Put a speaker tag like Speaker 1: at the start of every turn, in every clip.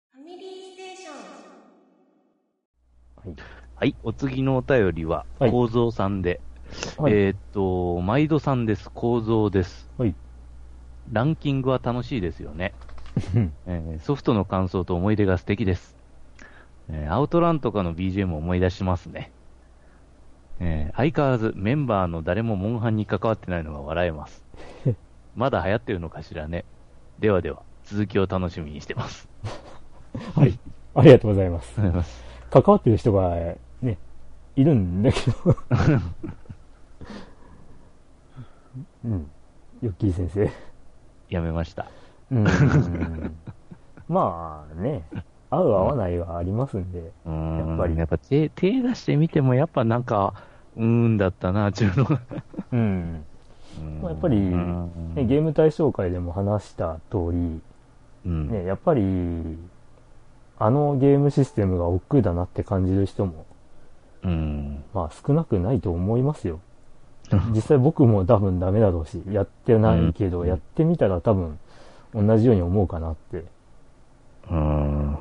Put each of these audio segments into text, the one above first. Speaker 1: ステーション。
Speaker 2: はい、お次のお便りは、
Speaker 3: はい
Speaker 2: 構造さんで、
Speaker 3: はい
Speaker 2: えーっと、毎度さんです、構造です。
Speaker 3: はい
Speaker 2: ランキングは楽しいですよね、
Speaker 3: うん
Speaker 2: えーソフトの感想と思い出が素敵です。えーアウトランとかの BGM を思い出しますね。えー相変わらずメンバーの誰もモンハンに関わってないのが笑え ます。まだ流行ってるのかしらね。ではでは、続きを楽しみにしてます。
Speaker 3: はい。ありがとうございます。
Speaker 2: ありがとうございます。
Speaker 3: 関わってる人が、ね、いるんだけど。うん。ヨッキー先生。
Speaker 2: やめました。
Speaker 3: うん。まあね、合う合わないはありますんで。
Speaker 2: うーん
Speaker 3: やっぱり
Speaker 2: やっぱ手、手出してみても、やっぱなんか、うーんだったな、っていうのが。
Speaker 3: うん。まあやっぱり、
Speaker 2: うん
Speaker 3: ね、ゲーム対象会でも話した通り、
Speaker 2: うん
Speaker 3: ね、やっぱり、あのゲームシステムが億劫だなって感じる人も、
Speaker 2: うん。
Speaker 3: まあ少なくないと思いますよ。実際僕も多分ダメだろうし、やってないけど、
Speaker 2: うん
Speaker 3: やってみたら多分同じように思うかなって。
Speaker 2: うん。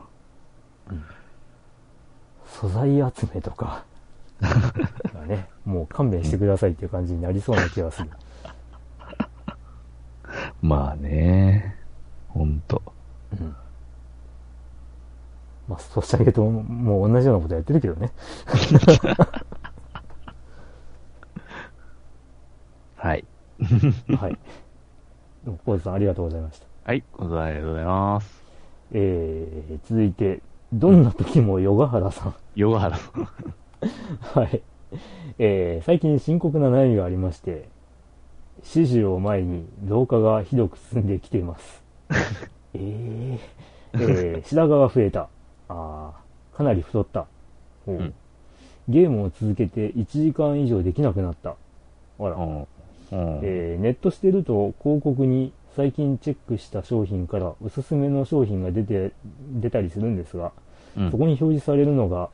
Speaker 3: 素材集めと か、がね、もう勘弁してくださいっていう感じになりそうな気がする。
Speaker 2: まあね。ほんと。
Speaker 3: うん。まあ、ソシャゲとももう同じようなことやってるけど ね。
Speaker 2: はい。
Speaker 3: はい。でもコーズさんありがとうございました。
Speaker 2: はい、ございます。
Speaker 3: えー、続いて、どんな時もヨガ原さん。
Speaker 2: ヨガ原さん。
Speaker 3: はい。えー、最近深刻な悩みがありまして、四十を前に老化がひどく進んできてい ます。えー、えー白髪が増えた。あーかなり太った。おう
Speaker 2: うん
Speaker 3: ゲームを続けて1時間以上できなくなった。あら
Speaker 2: う。ん。うん。
Speaker 3: えーネットしてると広告に最近チェックした商品からおすすめの商品が出て出たりするんですが、
Speaker 2: うん
Speaker 3: そこに表示されるのが、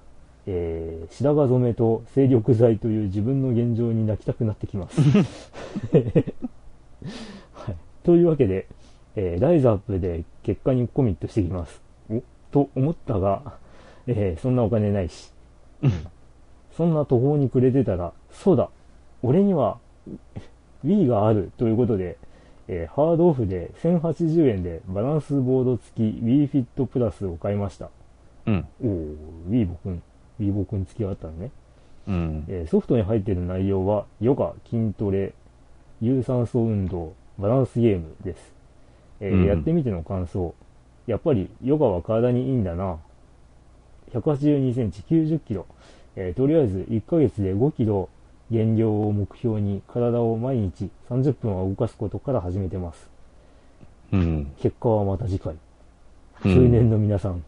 Speaker 3: えー白髪染めと精力剤という自分の現状に泣きたくなってきます。はい、というわけで、えーライズアップで結果にコミットしてきます。おと思ったが、えーそんなお金ないし、そんな途方に暮れてたら、そうだ、俺には Wii があるということで、えーハードオフで1080円でバランスボード付き WeFit プラスを買いました。
Speaker 2: うん。
Speaker 3: おー、Wii ボくん、Wii ボくん付きがあったのね。
Speaker 2: うん。
Speaker 3: えーソフトに入っている内容は、ヨガ、筋トレ、有酸素運動、バランスゲームです。えー
Speaker 2: うん
Speaker 3: やってみての感想。やっぱり、ヨガは体にいいんだな。182センチ、90キロ。えーとりあえず、1ヶ月で5キロ減量を目標に、体を毎日30分は動かすことから始めてます。
Speaker 2: うん。
Speaker 3: 結果はまた次回。
Speaker 2: うん
Speaker 3: 中年の皆さん、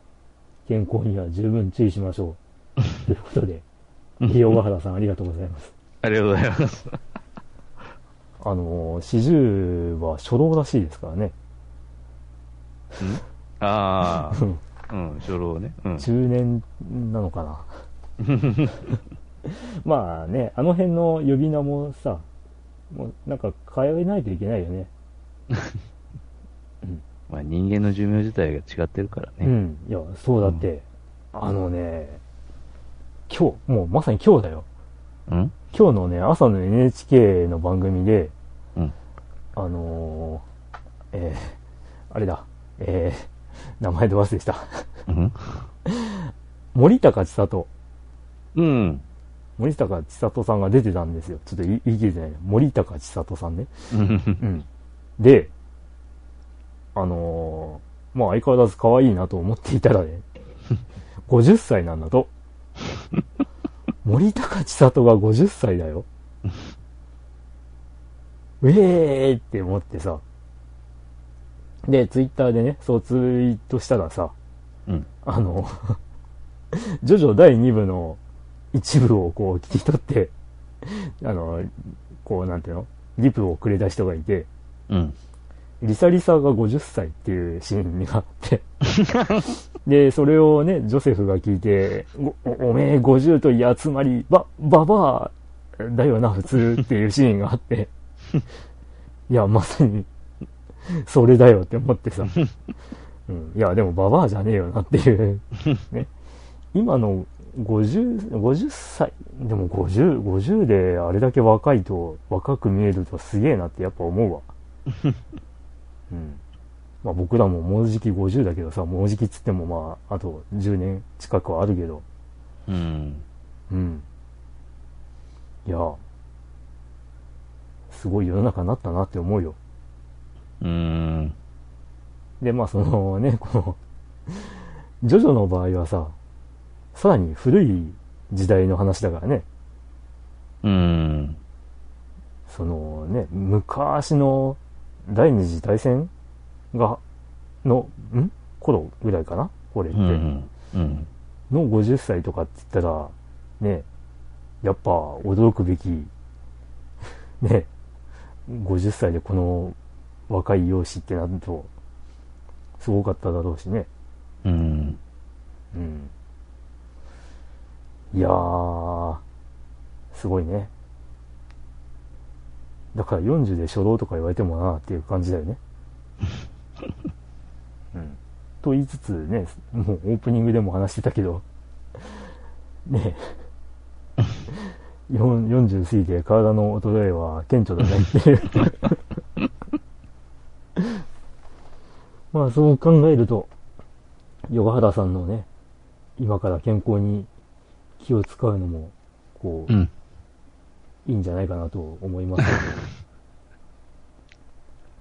Speaker 3: 健康には十分注意しましょ う。ということで、ヨガ原さんありがとうございます。
Speaker 2: ありがとうございます。
Speaker 3: あのー、四十は初老らしいですからね。
Speaker 2: ああ。うん、初老ね。うん。
Speaker 3: 中年なのかな。 まあね、あの辺の呼び名もさ、もうなんか通えないといけないよね。
Speaker 2: まあ人間の寿命自体が違ってるから
Speaker 3: う
Speaker 2: ね。
Speaker 3: ん。いや、そうだって、あのね、今日、もうまさに今日だよ。
Speaker 2: うん。
Speaker 3: 今日のね、朝の NHK の番組で、
Speaker 2: うん。
Speaker 3: あのー、えー、あれだ、えー、名前で忘れした。
Speaker 2: うん。
Speaker 3: 森高千里。
Speaker 2: うん。
Speaker 3: 森高千里さんが出てたんですよ。ちょっと言い言い切れてないね。森高千里さんね。
Speaker 2: うん
Speaker 3: うん。で、あのーまあ相変わらず可愛いなと思っていたらね、50歳なんだと。森高千里が50歳だよ。うえーって思ってさ。で、ツイッターでね、そうツイートしたらさ、
Speaker 2: うん。
Speaker 3: あの、 ジョジョ第2部の一部をこう切り取って、あの、こうなんていうのリプをくれた人がいて、
Speaker 2: うん。
Speaker 3: リサリサが50歳っていうシーンがあって、で、それをね、ジョセフが聞いて、お、おおめえ50といや、つまり、ば、ばばあだよな、普通っていうシーンがあって、 いや、まさに、それだよって思ってさ、 うん、いや、でもババアじゃねえよなっていう。 ね、今の50、50歳、でも50、50であれだけ若いと、若く見えるとすげえなってやっぱ思うわ。うん。まあ僕らももうじき50だけどさ、もうじきっつってもまあ、あと10年近くはあるけど、
Speaker 2: うん。
Speaker 3: うん。いや、すごい世の中になったなって思うよ。
Speaker 2: うん。
Speaker 3: で、まあそのね、この、ジョジョの場合はさ、さらに古い時代の話だからね、
Speaker 2: うん。
Speaker 3: そのね、昔の第二次大戦が、の、ん頃ぐらいかなこれって。
Speaker 2: うん。うん。
Speaker 3: の50歳とかって言ったら、ね、やっぱ驚くべき、 ね、50歳でこの若い容姿ってなると、すごかっただろうしね。
Speaker 2: うん。
Speaker 3: うん。いやー、すごいね。だから40で初老とか言われてもなっていう感じだよね。 うん。と言いつつね、もうオープニングでも話してたけど、ね え、よん40過ぎて体の衰えは顕著だねっていう。 まあそう考えると、ヨガ原さんのね、今から健康に気を使うのも、こう、
Speaker 2: うん。
Speaker 3: いいんじゃないかなと思いますけど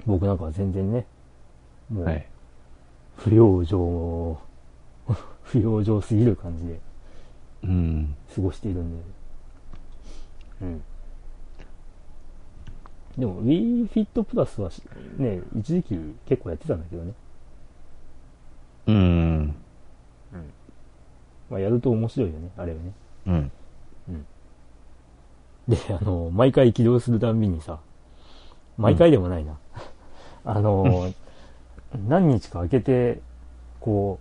Speaker 3: 僕なんかは全然ね、も
Speaker 2: は
Speaker 3: う
Speaker 2: い。
Speaker 3: 不養生、不養生すぎる感じで
Speaker 2: うん。
Speaker 3: 過ごしているんで。うん。でも WeFit プラスはしね、一時期結構やってたんだけどね。
Speaker 2: うん。
Speaker 3: まあやると面白いよね、あれはね。
Speaker 2: うん。
Speaker 3: で、あの、毎回起動するたんびにさ、毎回でもない な。あの、何日か空けて、こ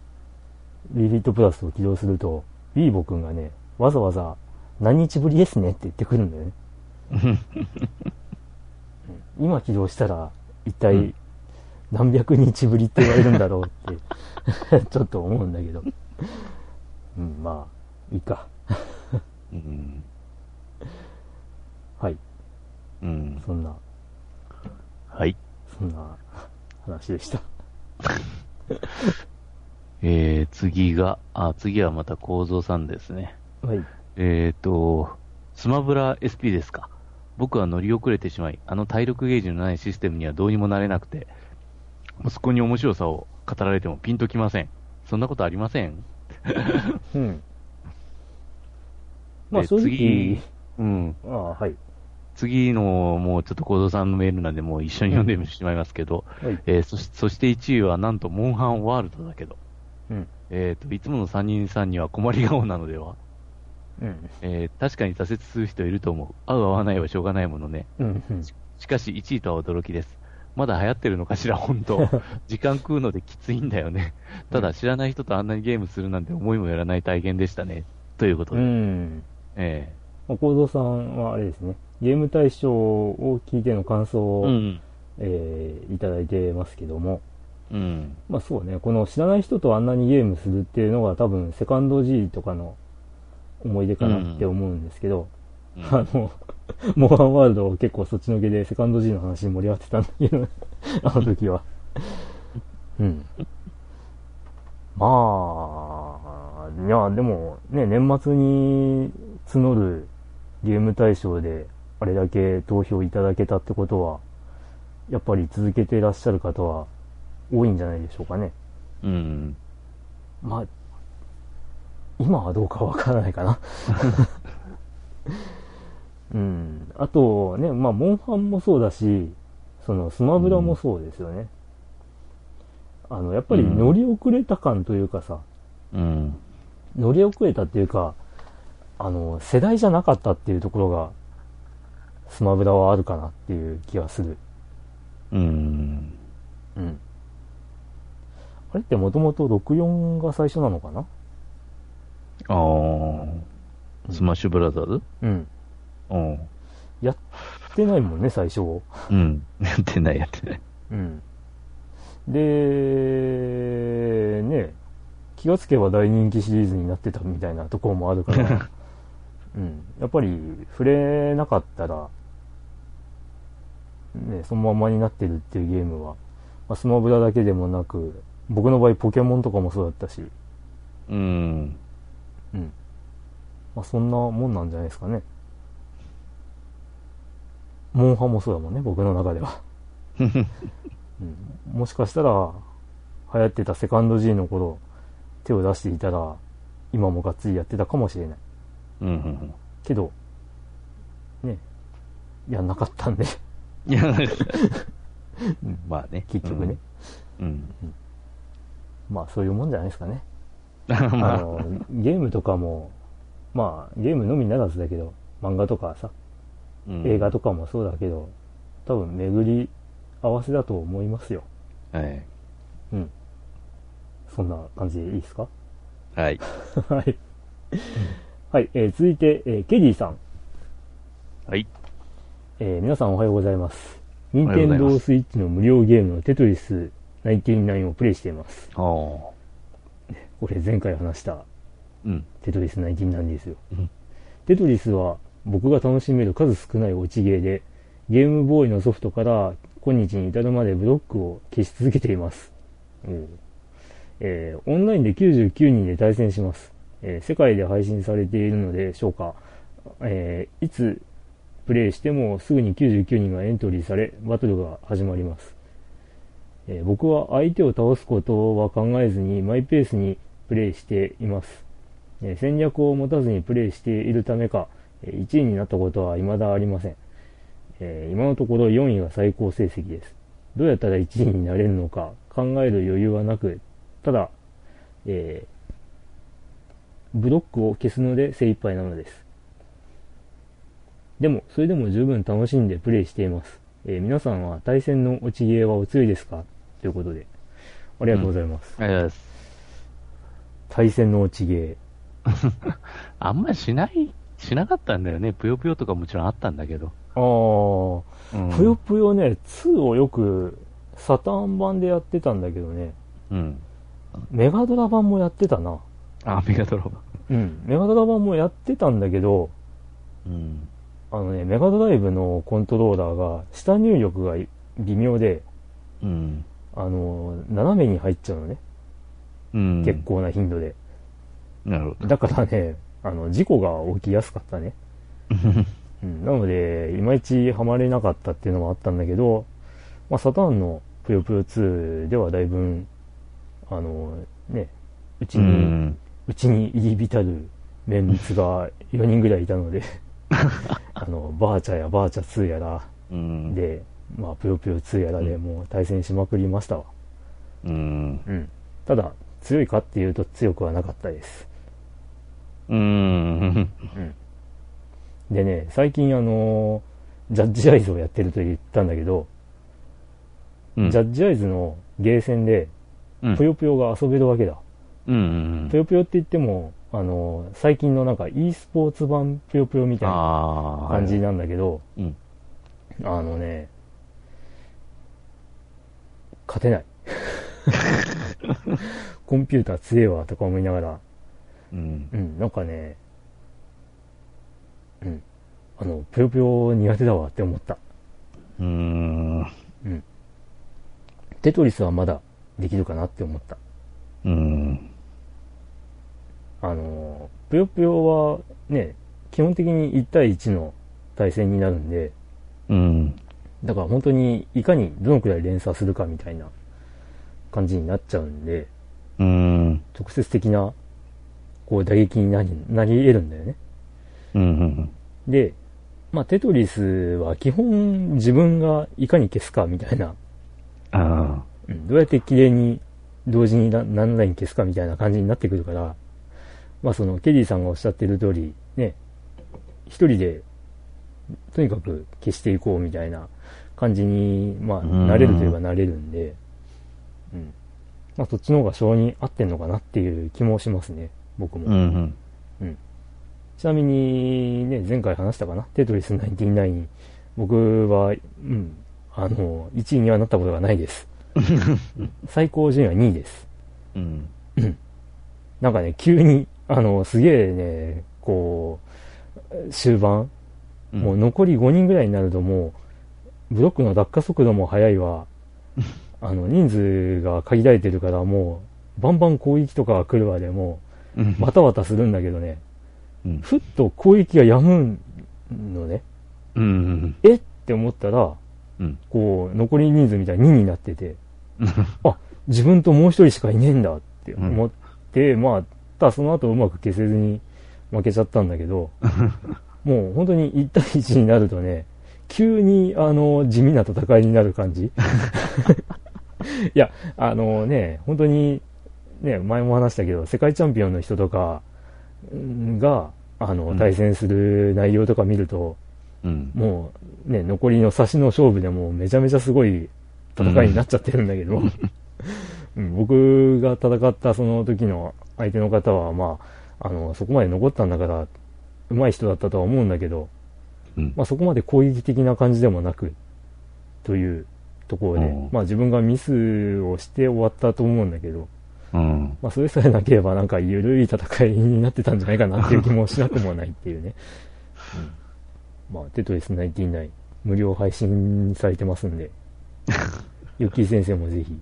Speaker 3: う、リビットプラスを起動すると、ビーボくんがね、わざわざ、何日ぶりですねって言ってくるんだよね。うん今起動したら、一
Speaker 2: う
Speaker 3: 体
Speaker 2: ん、
Speaker 3: 何百日ぶりって言われるんだろうって、 ちょっと思うんだけど。うん、まあ、いいか。
Speaker 2: うん。
Speaker 3: はい、
Speaker 2: うん。
Speaker 3: そんな。
Speaker 2: はい。
Speaker 3: そんな話でした。
Speaker 2: えー、次が、あ、次はまた構造さんですね。
Speaker 3: はい。
Speaker 2: えっ、と、スマブラ SP ですか。僕は乗り遅れてしまい、あの体力ゲージのないシステムにはどうにもなれなくて、息子に面白さを語られてもピンときません。そんなことありません
Speaker 3: うん。まあ
Speaker 2: で
Speaker 3: 正直
Speaker 2: 次、うん。
Speaker 3: ああ、はい。
Speaker 2: 次の、もうちょっとコードさんのメールなんで、もう一緒に読んでしまいますけど、
Speaker 3: はい。
Speaker 2: えーそしそして1位はなんと、モンハンワールドだけど、
Speaker 3: うん。
Speaker 2: えっ、と、いつもの3人さんには困り顔なのでは、
Speaker 3: うん。
Speaker 2: えー確かに挫折する人いると思う。合う合わないはしょうがないものね。
Speaker 3: うん。うん
Speaker 2: しかし1位とは驚きです。まだ流行ってるのかしら、本 当。時間食うのできついんだよね。ただ、知らない人とあんなにゲームするなんて思いもやらない体験でしたね。ということ
Speaker 3: う
Speaker 2: で。
Speaker 3: ん。
Speaker 2: え
Speaker 3: まあ、幸三さんはあれですね、ゲーム大賞を聞いての感想
Speaker 2: え
Speaker 3: を、
Speaker 2: うん。
Speaker 3: えーいただいてますけども、
Speaker 2: うん。
Speaker 3: まあそうね、この知らない人とあんなにゲームするっていうのが多分セカンド G とかの思い出かなって思うんですけど、
Speaker 2: う
Speaker 3: あ
Speaker 2: ん
Speaker 3: の、モンハンワールドを結構そっちのけでセカンド G の話に盛り上がってたんだけ ど、あの時は。うん。まあ、いや、でも、ね、年末に募るゲーム大賞で、あれだけ投票いただけたってことは、やっぱり続けていらっしゃる方は多いんじゃないでしょうかね。
Speaker 2: うん。
Speaker 3: まあ、今はどうかわからないか な。うん。あとね、まあ、モンハンもそうだし、そのスマブラもそうですよね。あの、やっぱり乗り遅れた感というかさ、
Speaker 2: うん。
Speaker 3: 乗り遅れたっていうか、あの、世代じゃなかったっていうところが、スマブラはあるかなっていう気がする。
Speaker 2: うん。
Speaker 3: うん。あれってもともと64が最初なのかな
Speaker 2: あースマッシュブラザーズ
Speaker 3: うん。
Speaker 2: うん。
Speaker 3: やってないもんね、最初。
Speaker 2: うん。やってない、やってない。
Speaker 3: うん。で、ね、気がつけば大人気シリーズになってたみたいなところもあるから、うん、やっぱり触れなかったら、ね、そのままになってるっていうゲームは、まあスマブラだけでもなく、僕の場合ポケモンとかもそうだったし、
Speaker 2: うん。
Speaker 3: うん。まあ、そんなもんなんじゃないですかね。モンハンもそうだもんね、僕の中で は。うん、もしかしたら、流行ってたセカンド G の頃、手を出していたら、今もがっつりやってたかもしれない。
Speaker 2: うんうん
Speaker 3: けど、ね、やんなかったんで、
Speaker 2: うん。いや、まあね。
Speaker 3: 結局ね。
Speaker 2: うん。
Speaker 3: まあそういうもんじゃないです かね。
Speaker 2: うん。ま
Speaker 3: あ
Speaker 2: あ、
Speaker 3: の、ゲームとかも、まあゲームのみならずだけど、漫画とかさ、
Speaker 2: うん
Speaker 3: 映画とかもそうだけど、多分巡り合わせだと思いますよ。
Speaker 2: はい。
Speaker 3: うん。そんな感じでいいですか
Speaker 2: はい。
Speaker 3: はい。はい、えー続いて、えーケリーさん。
Speaker 2: はい。
Speaker 3: えー皆さんおはようございます。任
Speaker 2: はよう
Speaker 3: 天
Speaker 2: ございます
Speaker 3: 堂スイッチの無料ゲームのテトリス99をプレイしています。
Speaker 2: ああ。
Speaker 3: これ前回話した
Speaker 2: うん。
Speaker 3: テトリス19なんですよ
Speaker 2: うん。
Speaker 3: テトリスは僕が楽しめる数少ない落ちゲーで、ゲームボーイのソフトから今日に至るまでブロックを消し続けています。えーオンラインで99人で対戦します。えー世界で配信されているのでしょうか。えーいつプレイしてもすぐに99人がエントリーされ、バトルが始まります。えー僕は相手を倒すことは考えずにマイペースにプレイしています。えー戦略を持たずにプレイしているためか、えー1位になったことは未だありません。えー今のところ4位が最高成績です。どうやったら1位になれるのか考える余裕はなく、ただ、えーブロックを消すので精一杯なのです。でも、それでも十分楽しんでプレイしています。えー皆さんは対戦の落ちゲーはお強いですかということで、ありがとうございます。
Speaker 2: ありがとうございます。
Speaker 3: 対戦の落ちゲー。
Speaker 2: あんまりしない、しなかったんだよね。ぷよぷよとかもちろんあったんだけど。
Speaker 3: ああ、
Speaker 2: うん
Speaker 3: ぷよぷよね、2をよくサターン版でやってたんだけどね、
Speaker 2: うん。
Speaker 3: メガドラ版もやってたな。
Speaker 2: あ、メガドラゴ
Speaker 3: うん、メガドラ版もやってたんだけど、
Speaker 2: ンうん。
Speaker 3: あのね、メガドライブのコントローラーが、下入力が微妙で、
Speaker 2: うん。
Speaker 3: あの、斜めに入っちゃうのね、
Speaker 2: うん。
Speaker 3: 結。構な頻度で。
Speaker 2: なるほど。
Speaker 3: だからね、あの、事故が起きやすかったね。 うん、なので、いまいちハマれなかったっていうのもあったんだけど、まあ、サターンのぷよぷよ2ではだいぶ、あの、ね、うち
Speaker 2: う
Speaker 3: に、
Speaker 2: ん。
Speaker 3: うちに入り浸るメンツが4人ぐらいいた ので、あの、バーチャやバーチャ2やら
Speaker 2: うん。、
Speaker 3: で、まあ、ぷよぷよ2やらで
Speaker 2: うん
Speaker 3: もう対戦しまくりましたわ。
Speaker 2: うん。
Speaker 3: うん。ただ、強いかっていうと強くはなかったです。
Speaker 2: うん。
Speaker 3: でね、最近あの、ジャッジアイズをやってると言ったんだけど、
Speaker 2: うん
Speaker 3: ジャッジアイズのゲーセンで、
Speaker 2: うん
Speaker 3: ぷよぷよが遊べるわけだ。
Speaker 2: うん。
Speaker 3: ぷよぷよって言っても、あの、最近のなんか e スポーツ版ぷよぷよみたいな
Speaker 2: ああ。
Speaker 3: 感じ。なんだけど、
Speaker 2: うん。
Speaker 3: あのね、勝 てない。コンピューター強えわとか思いながら、
Speaker 2: うん
Speaker 3: う。ん、なんかね、うん、あの、ぷよぷよ苦手だわって思った。
Speaker 2: うん。
Speaker 3: うん。テトリスはまだできるかなって思った。
Speaker 2: うん。
Speaker 3: あの、ぷよぷよはね、基本的に1対1の対戦になるんで、
Speaker 2: うん。
Speaker 3: だから本当にいかにどのくらい連鎖するかみたいな感じになっちゃうんで、
Speaker 2: うん。
Speaker 3: 直接的なこう打撃になりなり得るんだよね。
Speaker 2: うん。
Speaker 3: で、まあテトリスは基本自分がいかに消すかみたいな、
Speaker 2: あ
Speaker 3: うんどうやって綺麗に同時にな何ライン消すかみたいな感じになってくるから、まあそのケリーさんがおっしゃってる通り、ね、一人でとにかく消していこうみたいな感じに、まあ
Speaker 2: うん
Speaker 3: なれるといえばなれるんで、うん。まあそっちの方が性に合ってんのかなっていう気もしますね、僕
Speaker 2: あ。う
Speaker 3: も。
Speaker 2: ん。
Speaker 3: ちなみにね、前回話したかな、テトリス99、僕は、うん、あの、1位にはなったことがないです。 最高順位は2位です。
Speaker 2: うん。
Speaker 3: なんかね、急に、あの、すげえね、こう、終盤、
Speaker 2: うん
Speaker 3: もう残り5人ぐらいになるともう、ブロックの落下速度も速い わ、あの、人数が限られてるからもう、バンバン攻撃とかが来るわでも
Speaker 2: うん
Speaker 3: う、わたわたするんだけどね、
Speaker 2: うん。
Speaker 3: ふっと攻撃がやむのね、
Speaker 2: うん。うん
Speaker 3: えって思ったら、
Speaker 2: うん。
Speaker 3: こう、残り人数みたいに2になってて、あ、自分ともう一人しかいねえんだって思って、まあ、ただその後うまく消せずに負けちゃったんだけ ど、もう本当に1対1になるとね、急にあの、地味な戦いになる感 じ。いや、あのね、本当に、ね、前も話したけど、世界チャンピオンの人とかうんが、あ
Speaker 2: う
Speaker 3: の、
Speaker 2: ん
Speaker 3: 対戦する内容とか見ると、
Speaker 2: うん。
Speaker 3: もうね、残りの差しの勝負でもうめちゃめちゃすごい戦いになっちゃってるんだけど、うん僕が戦ったその時の相手の方は、まあ、あの、そこまで残ったんだから、上手い人だったとは思うんだけど、
Speaker 2: うん
Speaker 3: まあ、そこまで攻撃的な感じでもなく、というところで、
Speaker 2: うん
Speaker 3: まあ自分がミスをして終わったと思うんだけど、
Speaker 2: うん。
Speaker 3: まあそれさえなければなんか緩い戦いになってたんじゃないかなっていう気もしなくもないっていう ね。うん、まあテトリス99無料配信されてます んで、ゆっきー先生もぜひ。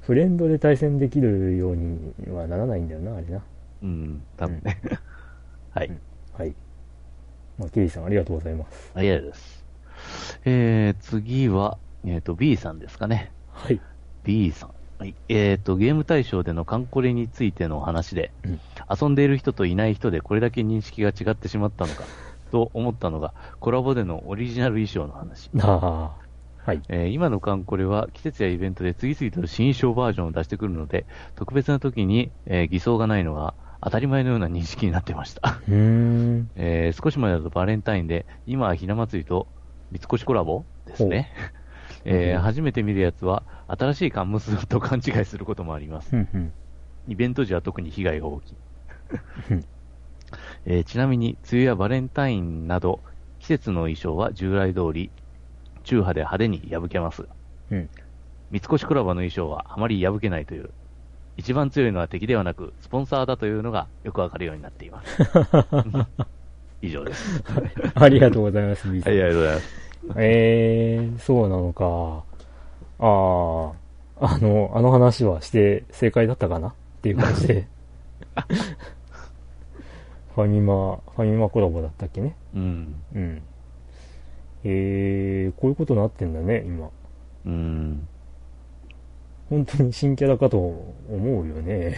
Speaker 3: フレンドで対戦できるようにはならないんだよな、あれな。
Speaker 2: うん。多分ね。はい。
Speaker 3: はい。まあ、ケリーさんありがとうございます。
Speaker 2: ありがとうございます。えー、次は、えっ、と、B さんですかね。
Speaker 3: はい。
Speaker 2: B さん。はい。えっ、と、ゲーム対象でのカンコレについての話で、
Speaker 3: うん
Speaker 2: 遊んでいる人といない人でこれだけ認識が違ってしまったの か、と思ったのが、コラボでのオリジナル衣装の話。
Speaker 3: なあ。はい。
Speaker 2: えー今のカンコレは季節やイベントで次々と新衣装バージョンを出してくるので、特別な時に、えー偽装がないのが当たり前のような認識になっていました。
Speaker 3: うーん。
Speaker 2: えー少し前だとバレンタインで、今はひな祭りと三越コラボですね。 えー
Speaker 3: うん
Speaker 2: 初めて見るやつは、新しいカンムスと勘違いすることもあります。
Speaker 3: ふんふん。
Speaker 2: イベント時は特に被害が大きい
Speaker 3: うん。
Speaker 2: えーちなみに、梅雨やバレンタインなど、季節の衣装は従来通り、中波で派手に破けます。
Speaker 3: うん。
Speaker 2: 三越クラブの衣装はあまり破けないという、一番強いのは敵ではなく、スポンサーだというのがよくわかるようになって います。 以上です。
Speaker 3: ありがとうございます、B さん。
Speaker 2: りがとうございます。
Speaker 3: えー、そうなのか。ああ、あの、あの話はして正解だったかなっていう感じで。 ファミマ、ファミマコラボだったっけね。
Speaker 2: うん。
Speaker 3: うん。えー、こういうことになってんだね、今。
Speaker 2: うん。
Speaker 3: 本当に新キャラかと思うよね。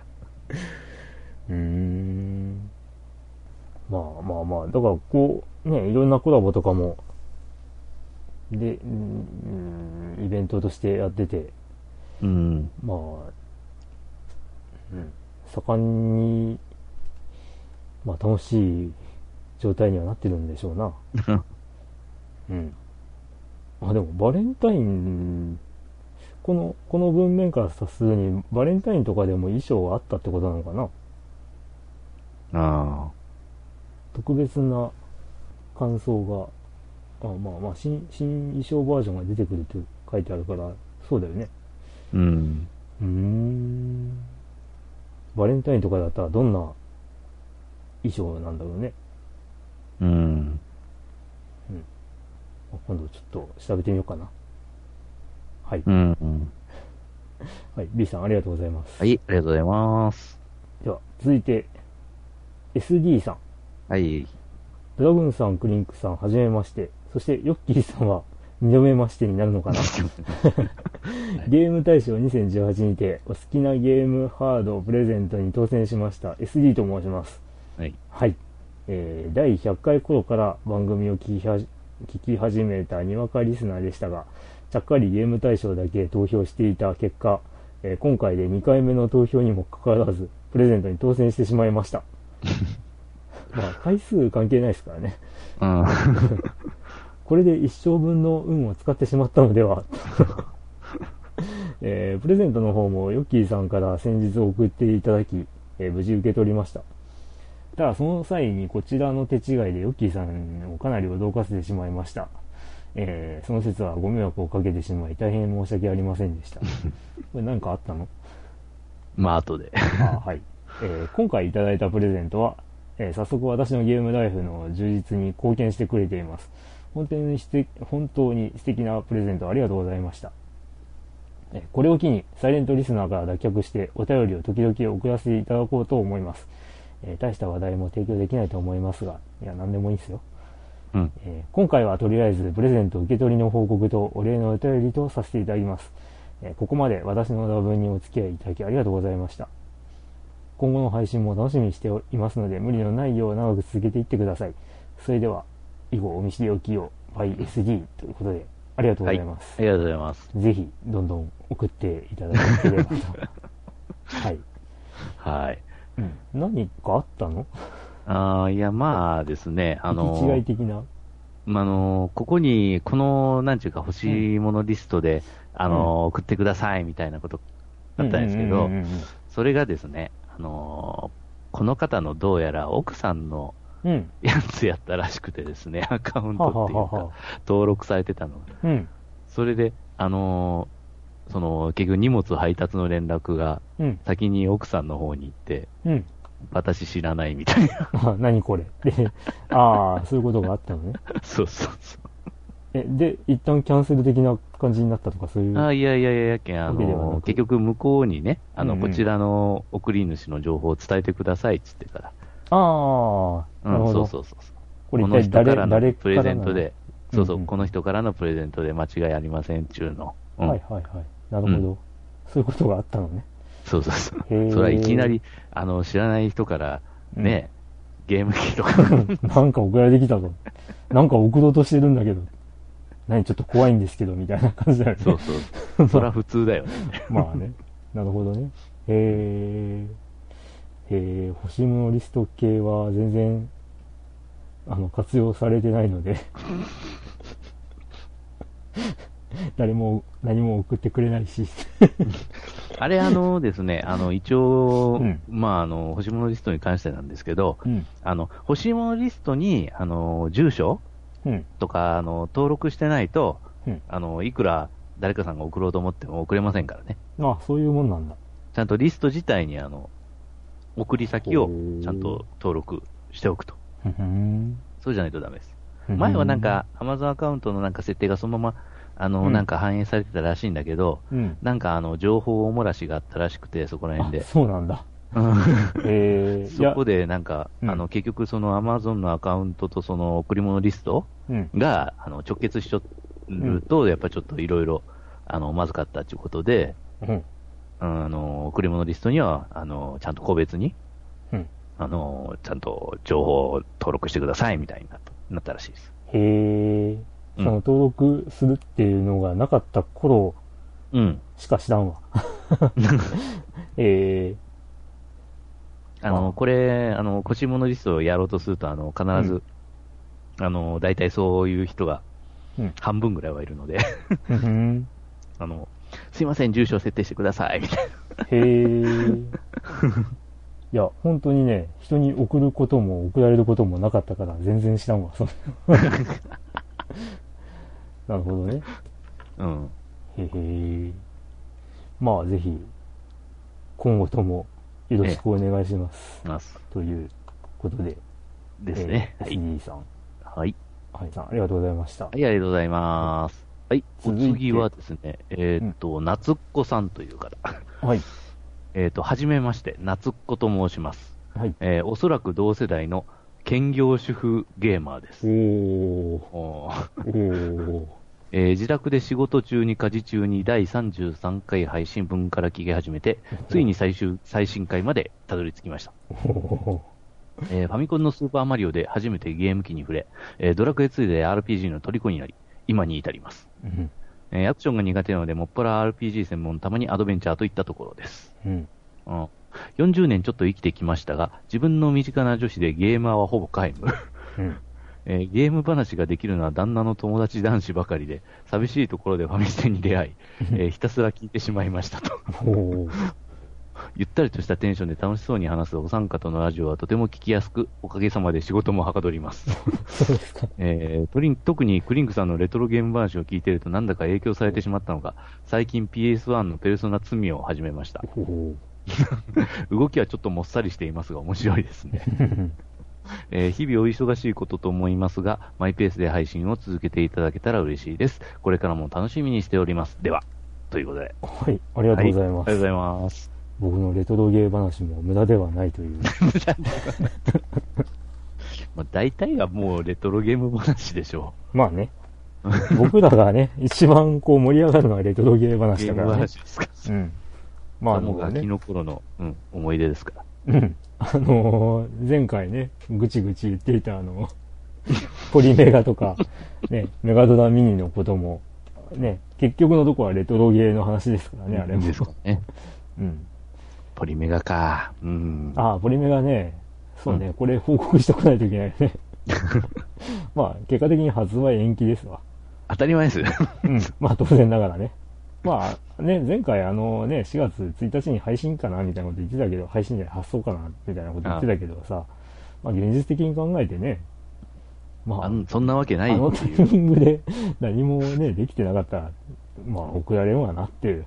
Speaker 3: うーん。まあまあまあ、だからこう、ね、いろんなコラボとかも、で、うん、うんイベントとしてやってて、
Speaker 2: うん。
Speaker 3: まあ、うん、盛んに、まあ楽しい状態にはなってるんでしょうな。うん。あ、でもバレンタイン、この、この文面から察するに、バレンタインとかでも衣装があったってことなのかな
Speaker 2: あ
Speaker 3: 特別な感想が、あまあまあ新、新衣装バージョンが出てくると書いてあるから、そうだよね。
Speaker 2: ーうん。
Speaker 3: うーん。バレンタインとかだったらどんな衣装なんだろうね。
Speaker 2: うん。
Speaker 3: あ今度ちょっと調べてみようかな。はい。
Speaker 2: うん。
Speaker 3: はい。B さんありがとうございます。
Speaker 2: はい、ありがとうございます。
Speaker 3: では、続いて、SD さん。
Speaker 2: はい。
Speaker 3: ドラグンさん、クリンクさん、はじめまして。そして、ヨッキーさんは、二度目ましてになるのかな。 ゲーム大賞2018にて、お好きなゲームハードをプレゼントに当選しました。SD と申します。
Speaker 2: はい。
Speaker 3: はい。えー第100回頃から番組を聞きはじ聞き始めたにわかリスナーでしたが、ちゃっかりゲーム大賞だけ投票していた結果、えー今回で2回目の投票にもかかわらず、プレゼントに当選してしまいました。まあ、回数関係ないですからね。
Speaker 2: うん。
Speaker 3: これで一生分の運を使ってしまったのでは、 えープレゼントの方もヨッキーさんから先日送っていただき、えー無事受け取りました、ただその際にこちらの手違いでヨッキーさんをかなり驚かせてしまいました。えーその説はご迷惑をかけてしまい大変申し訳ありませんでした。これ何かあったの
Speaker 2: まあ、後で。
Speaker 3: あはい、えー今回いただいたプレゼントは、えー早速私のゲームライフの充実に貢献してくれています本当にして本当に素敵なプレゼントありがとうございました、えーこれを機にサイレントリスナーから脱却してお便りを時々送らせていただこうと思います、えー大した話題も提供できないと思いますがいや何でもいいですよ
Speaker 2: うん。
Speaker 3: えー今回はとりあえずプレゼント受け取りの報告とお礼のお便りとさせていただきます、えーここまで私のラブにお付き合いいただきありがとうございました今後の配信も楽しみにしておりますので無理のないよう長く続けていってくださいそれでは以後お見知りおきを by SD ということでありがとうご
Speaker 2: は
Speaker 3: ざ
Speaker 2: い。
Speaker 3: いま
Speaker 2: あ
Speaker 3: す、
Speaker 2: りがとうございます。
Speaker 3: ぜひどんどん送っていただけれ ばとはい、
Speaker 2: はい。
Speaker 3: うん、何かあったの
Speaker 2: ああ、いや、まあですね、あの
Speaker 3: 行き違い的な
Speaker 2: まああのここに、この、なんちゅうか、欲しいものリストで、あの送ってください、みたいなこと、あったんですけど、
Speaker 3: ううんうんうん
Speaker 2: それがですね、あのこの方のどうやら奥さんの
Speaker 3: うんうん
Speaker 2: やつやったらしくてで すね、アカウント
Speaker 3: は
Speaker 2: っ
Speaker 3: は
Speaker 2: ていう
Speaker 3: は
Speaker 2: か、
Speaker 3: は
Speaker 2: 登録されてたのが。
Speaker 3: うん
Speaker 2: それで、あのその、結局荷物配達の連絡が
Speaker 3: うん
Speaker 2: 先に奥さんの方に行って、
Speaker 3: うん。
Speaker 2: 私知らないみたいな。
Speaker 3: あ、何これ。で、 ああ、そういうことがあったのね。
Speaker 2: そうそうそう。
Speaker 3: え、で、一旦キャンセル的な感じになったとか、そういう。
Speaker 2: あいやいやいやいやけん、あ
Speaker 3: わけではな
Speaker 2: の、
Speaker 3: く
Speaker 2: 結局向こうにね、あの、
Speaker 3: うんうん
Speaker 2: こちらの送り主の情報を伝えてくださいって言ってか
Speaker 3: ああ、
Speaker 2: ら。
Speaker 3: なる
Speaker 2: う
Speaker 3: ほど。
Speaker 2: ん、そうそうそうそう。
Speaker 3: これ
Speaker 2: こ
Speaker 3: 一
Speaker 2: の
Speaker 3: 体
Speaker 2: 人か
Speaker 3: 誰、
Speaker 2: ら
Speaker 3: 誰
Speaker 2: の
Speaker 3: か
Speaker 2: プ
Speaker 3: ら
Speaker 2: レ
Speaker 3: な
Speaker 2: ゼン
Speaker 3: の
Speaker 2: トで、そうそう、
Speaker 3: うんうん
Speaker 2: この人からのプレゼントで間違いありませんっちゅうの。うん。
Speaker 3: はいはいはい。なるほど、
Speaker 2: う
Speaker 3: そういうことがあったのね。
Speaker 2: そうそうそう。
Speaker 3: へー
Speaker 2: それはいきなり、あの、知らない人から、ね、ゲーム機とか、
Speaker 3: なんか送られてきたぞ。なんか送ろうとしてるんだけど。何ちょっと怖いんですけど、みたいな感じだよね。
Speaker 2: そう そう。そら普通だよね。
Speaker 3: まあね。なるほどね。へえ。へえ、欲しいものリスト系は全然、あの、活用されてないので、 誰も、何も送ってくれないし。
Speaker 2: あれ、あのですね、あの、一応、
Speaker 3: うん
Speaker 2: まあ、あの、欲しいものリストに関してなんですけど、
Speaker 3: うん。
Speaker 2: あの、欲しいものリストに、あの、住所
Speaker 3: うん。
Speaker 2: とか、あの、登録してないと、
Speaker 3: うん
Speaker 2: あの、いくら誰かさんが送ろうと思っても送れませんからね。
Speaker 3: あ、そういうもんなんだ。
Speaker 2: ちゃんとリスト自体に、あの、送り先を
Speaker 3: ほう
Speaker 2: ちゃんと登録しておくと。
Speaker 3: ふふん
Speaker 2: そうじゃないとダメです。前はなんか、アマゾンアカウントのなんか設定がそのまま、あの、
Speaker 3: うん
Speaker 2: なんか反映されてたらしいんだけど、
Speaker 3: うん、
Speaker 2: なんかあの、情報お漏らしがあったらしくて、そこら
Speaker 3: あ
Speaker 2: 辺で。
Speaker 3: そうなんだ。えー、い
Speaker 2: そ
Speaker 3: や
Speaker 2: こ、でなんか、
Speaker 3: うん
Speaker 2: あの、結局そのアマゾンのアカウントとその贈り物リスト
Speaker 3: うん。
Speaker 2: が、あの、直結しちょると、やっぱちょっといろいろ、あの、まずかったということで、
Speaker 3: うん。
Speaker 2: うんあの、贈り物リストには、あの、ちゃんと個別に、
Speaker 3: うん
Speaker 2: あの、ちゃんと情報を登録してください、みたいになったなったらしいです。
Speaker 3: へえ、
Speaker 2: う
Speaker 3: そ
Speaker 2: ん
Speaker 3: の登録するっていうのがなかった頃、
Speaker 2: うん。
Speaker 3: しか知らん わ。え
Speaker 2: あ
Speaker 3: あ
Speaker 2: の、これ、あの、腰物リストをやろうとすると、あの、必ず、あの、大体そういう人が
Speaker 3: うん、
Speaker 2: 半分ぐらいはいるので、
Speaker 3: ー、
Speaker 2: あの、すいません、住所を設定してください、みたい
Speaker 3: へーいや、本当にね、人に送ることも送られることもなかったから全然知らん わ、そのなるほどね。
Speaker 2: な。うん。
Speaker 3: へえ。まあ、ぜひ、今後ともよろしくお願いします。
Speaker 2: ます。
Speaker 3: ということで、
Speaker 2: ですね。
Speaker 3: え
Speaker 2: は
Speaker 3: ー
Speaker 2: い。
Speaker 3: SD さん、
Speaker 2: はい。
Speaker 3: はい、さん、ありがとうございました。
Speaker 2: はい、ありがとうございます。はい。お
Speaker 3: 続いて
Speaker 2: 次はですね、えーっと、夏っ子さんという方。
Speaker 3: はい。
Speaker 2: えーっと、はじめまして、夏っ子と申します。
Speaker 3: はい。
Speaker 2: えーおそらく同世代の兼業主婦ゲーマーで
Speaker 3: お
Speaker 2: す。
Speaker 3: ー。
Speaker 2: おー
Speaker 3: おー。
Speaker 2: えー自宅で仕事中に家事中に第33回配信分から聞き始めて、ついに最終、最新回までたどり着きました。
Speaker 3: おー
Speaker 2: えーファミコンのスーパーマリオで初めてゲーム機に触れ、えードラクエ2で RPG の虜になり、今に至ります。
Speaker 3: うん。
Speaker 2: えーアクションが苦手なので、もっぱら RPG 専門、たまにアドベンチャーといったところです。
Speaker 3: うん。
Speaker 2: うん40年ちょっと生きてきましたが、自分の身近な女子でゲーマーはほぼ皆無。
Speaker 3: うん。
Speaker 2: えーゲーム話ができるのは旦那の友達男子ばかりで、寂しいところでファミステに出会い、えーひたすら聞いてしまいましたと。
Speaker 3: おー
Speaker 2: ゆったりとしたテンションで楽しそうに話すお三方のラジオはとても聞きやすく、おかげさまで仕事もはかどります。
Speaker 3: そうですか。
Speaker 2: えートリン特にクリンクさんのレトロゲーム話を聞いてるとなんだか影響されてしまったのか、最近 PS1 のペルソナ2を始めました。
Speaker 3: ほう
Speaker 2: 動きはちょっともっさりしていますが面白いですね。 えー日々お忙しいことと思いますが、マイペースで配信を続けていただけたら嬉しいです。これからも楽しみにしております。では、ということで。
Speaker 3: はい、ありがとうございます。
Speaker 2: はいありがとうございます。
Speaker 3: 僕のレトロゲー話も無駄ではないという。
Speaker 2: まあ、大体がもうレトロゲーム話でしょ
Speaker 3: まあね。僕らがね、一番こう盛り上がるのはレトロゲー
Speaker 2: う。
Speaker 3: 話
Speaker 2: ゲ
Speaker 3: だ
Speaker 2: ー
Speaker 3: か
Speaker 2: ム
Speaker 3: らね。
Speaker 2: 話ですから。
Speaker 3: うん。まあ、あ
Speaker 2: もう
Speaker 3: の
Speaker 2: ガキ
Speaker 3: ね、
Speaker 2: の頃の、うん、思い出ですから。
Speaker 3: うん。あのー前回ね、ぐちぐち言っていたあの、ポリメガとか、ね、メガドラミニのことも、ね、結局のとこはレトロゲーの話ですからね、あれも。
Speaker 2: ですかね。
Speaker 3: うん。
Speaker 2: ポリメガか。うん。
Speaker 3: ああ、ポリメガね、そうね、
Speaker 2: うん
Speaker 3: これ報告してこないといけない ね。まあ、結果的に発売延期ですわ。
Speaker 2: 当たり前です。
Speaker 3: うん、まあ当然ながらね。まあね、前回あのね、4月1日に配信かなみたいなこと言ってたけど、配信じゃない発送かなみたいなこと言ってたけどさ、まあ現実的に考えてね、まあ、
Speaker 2: あ
Speaker 3: あ
Speaker 2: んそんなわけない
Speaker 3: の
Speaker 2: って
Speaker 3: タイ
Speaker 2: いう。
Speaker 3: ミングで何もね、できてなかったら、まあ送られるわなっていう。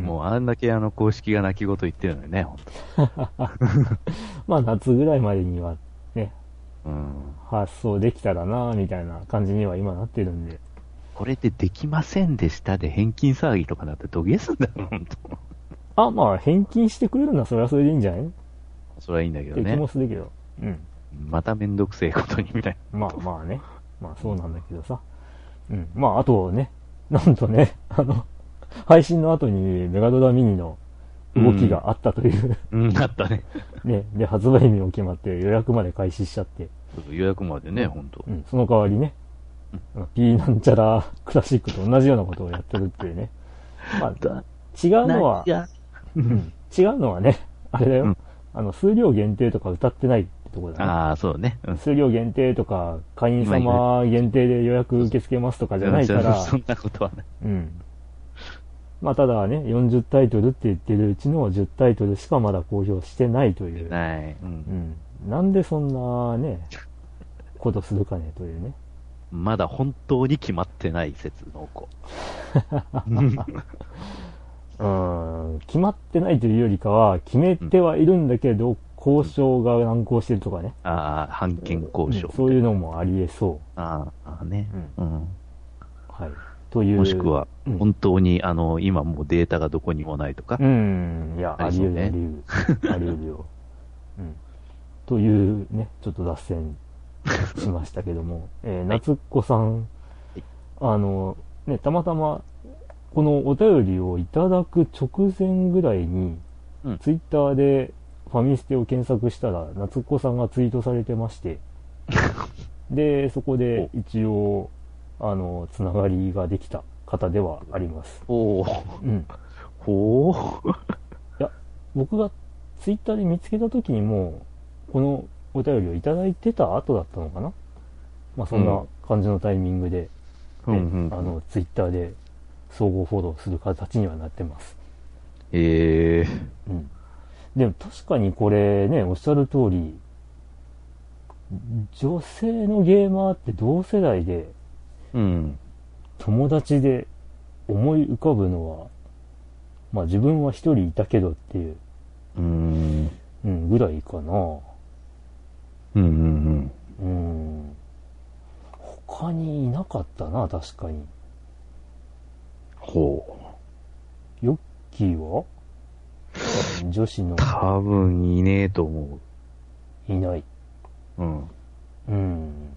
Speaker 2: も
Speaker 3: う
Speaker 2: うあんだけあの公式が泣き言言ってるのにね、ほんと。
Speaker 3: んまあ夏ぐらいまでにはね、
Speaker 2: うん。
Speaker 3: 発送できたらなみたいな感じには今なってるんで、
Speaker 2: これでできませんでしたで返金騒ぎとかなってどげすんだ ろ、ほんと。
Speaker 3: あ、まあ返金してくれるのはそれはそれでいいんじゃない
Speaker 2: それはいいんだけ
Speaker 3: っ
Speaker 2: ど
Speaker 3: て気
Speaker 2: ね
Speaker 3: も。するけど。うん。
Speaker 2: まためんどくせえことにみたい
Speaker 3: まあまあね。まあそうなんだけどさ。うん。まああとね、なんとね、あの、配信の後にメガドラミニの動きがあったという、
Speaker 2: な。うん、なったね。
Speaker 3: ね、で、発売日も決まって予約まで開始しちゃって、
Speaker 2: ちょっと予約までね、ほんと
Speaker 3: う。ん、その代わりね、あの P なんちゃらクラシックと同じようなことをやってるっていうね。まあ、
Speaker 2: だ
Speaker 3: 違うのは、
Speaker 2: や
Speaker 3: うん違うのはね、 あれだよ、
Speaker 2: うん
Speaker 3: あの、数量限定とか歌ってないってとこだね。
Speaker 2: ああ、そうね。うん。
Speaker 3: 数量限定とか、会員様限定で予約受け付けますとかじゃないか
Speaker 2: うん
Speaker 3: ら、
Speaker 2: そんなことはない。
Speaker 3: うん。まあ、ただね、40タイトルって言ってるうちの10タイトルしかまだ公表してないという。
Speaker 2: ない。う。
Speaker 3: うんん。なんでそんなね、ことするかねというね。
Speaker 2: まだ本当に決まってない説の子。
Speaker 3: うん。決まってないというよりかは、決めてはいるんだけど、交渉が難航してるとかね。
Speaker 2: ああ、判権交渉
Speaker 3: うん。そういうのもありえそ
Speaker 2: あーあーね、うん
Speaker 3: う。はい。という。
Speaker 2: もしくは
Speaker 3: うん、
Speaker 2: 本当に、あの今もうデータがどこにもないとか、
Speaker 3: うん、いや、あ
Speaker 2: あ
Speaker 3: り
Speaker 2: り
Speaker 3: 得
Speaker 2: そう
Speaker 3: る、あ
Speaker 2: ね
Speaker 3: り得る。あり得る よ。うん。というね、ちょっと脱線しましたけども、えー、
Speaker 2: はい
Speaker 3: 夏っ子さん、あの、ね、たまたま、このお便りをいただく直前ぐらいに、
Speaker 2: うん
Speaker 3: ツイッターでファミステを検索したら、夏っ子さんがツイートされてま して、で、そこで一応、あの、つながりができた方ではあります。
Speaker 2: おお、
Speaker 3: うん。
Speaker 2: ほー
Speaker 3: 僕がツイッターで見つけた時にもうこのお便りをいただいてた後だったのかなまあそんな感じのタイミングで、
Speaker 2: うんうん
Speaker 3: あのツイッターで総合フォローする形にはなってます、
Speaker 2: え
Speaker 3: うん、でも確かにこれねおっしゃる通り女性のゲーマーって同世代で
Speaker 2: ー、うん、
Speaker 3: 友達で思い浮かぶのはまあ自分は一人いたけどっていう、
Speaker 2: うーん、
Speaker 3: うん、ぐらいかな
Speaker 2: うん、うん、うん、
Speaker 3: うん。他にいなかったな、確かに。
Speaker 2: ほ
Speaker 3: ヨッキーは女子の
Speaker 2: う、多分いねえと思
Speaker 3: いない。
Speaker 2: う。うん、
Speaker 3: うん。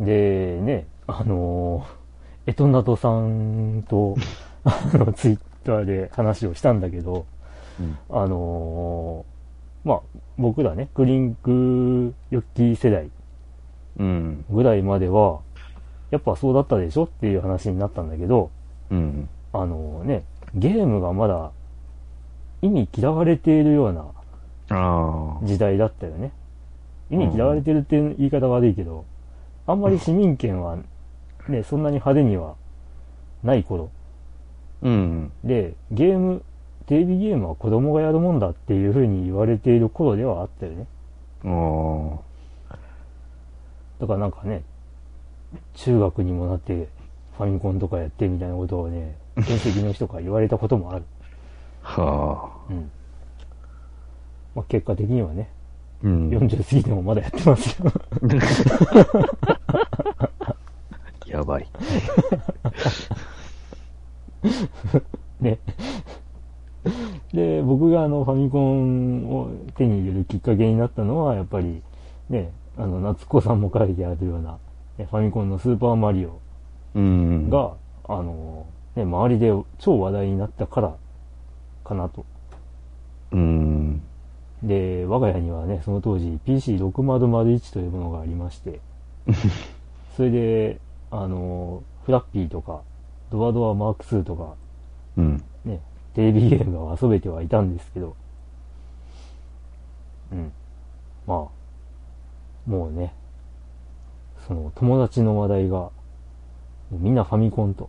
Speaker 3: で、ね、あのー、エトナトさんと、あの、ツイッターで話をしたんだけど、
Speaker 2: うん、
Speaker 3: あのーまあ、僕らね、クリンク、ヨッキー世代
Speaker 2: うん、
Speaker 3: ぐらいまでは、やっぱそうだったでしょっていう話になったんだけど、
Speaker 2: うん、
Speaker 3: あのね、ゲームがまだ意味嫌われているような
Speaker 2: ああ、
Speaker 3: 時代だったよね。意味嫌われてるっていう言い方悪いけど、あんまり市民権はね、そんなに派手にはない頃
Speaker 2: うん、
Speaker 3: で、ゲームテレビゲームは子供がやるもんだっていう風に言われている頃ではあったよね。
Speaker 2: おー
Speaker 3: だからなんかね、中学にもなってファミコンとかやってみたいなことをね、親戚の人から言われたこともある。
Speaker 2: は
Speaker 3: う
Speaker 2: あ。
Speaker 3: ん。まあ、結果的にはね、
Speaker 2: うん。
Speaker 3: 40過ぎてもまだやってますよ。
Speaker 2: やばい。
Speaker 3: ね。で、僕があのファミコンを手に入れるきっかけになったのは、やっぱり、ね、あの、夏子さんも書いてあるような、ねファミコンのスーパーマリオ
Speaker 2: うん。、
Speaker 3: が、あの、ね、周りで超話題になったから、かなと。
Speaker 2: うん。
Speaker 3: で、我が家にはね、その当時 PC6001 というものがありまして、それで、あの、フラッピーとか、ドアドアマーク2とか、
Speaker 2: うん。
Speaker 3: ね、テレビゲームは遊べてはいたんですけど、うん。まあ、もうね、その友達の話題が、もうみんなファミコンと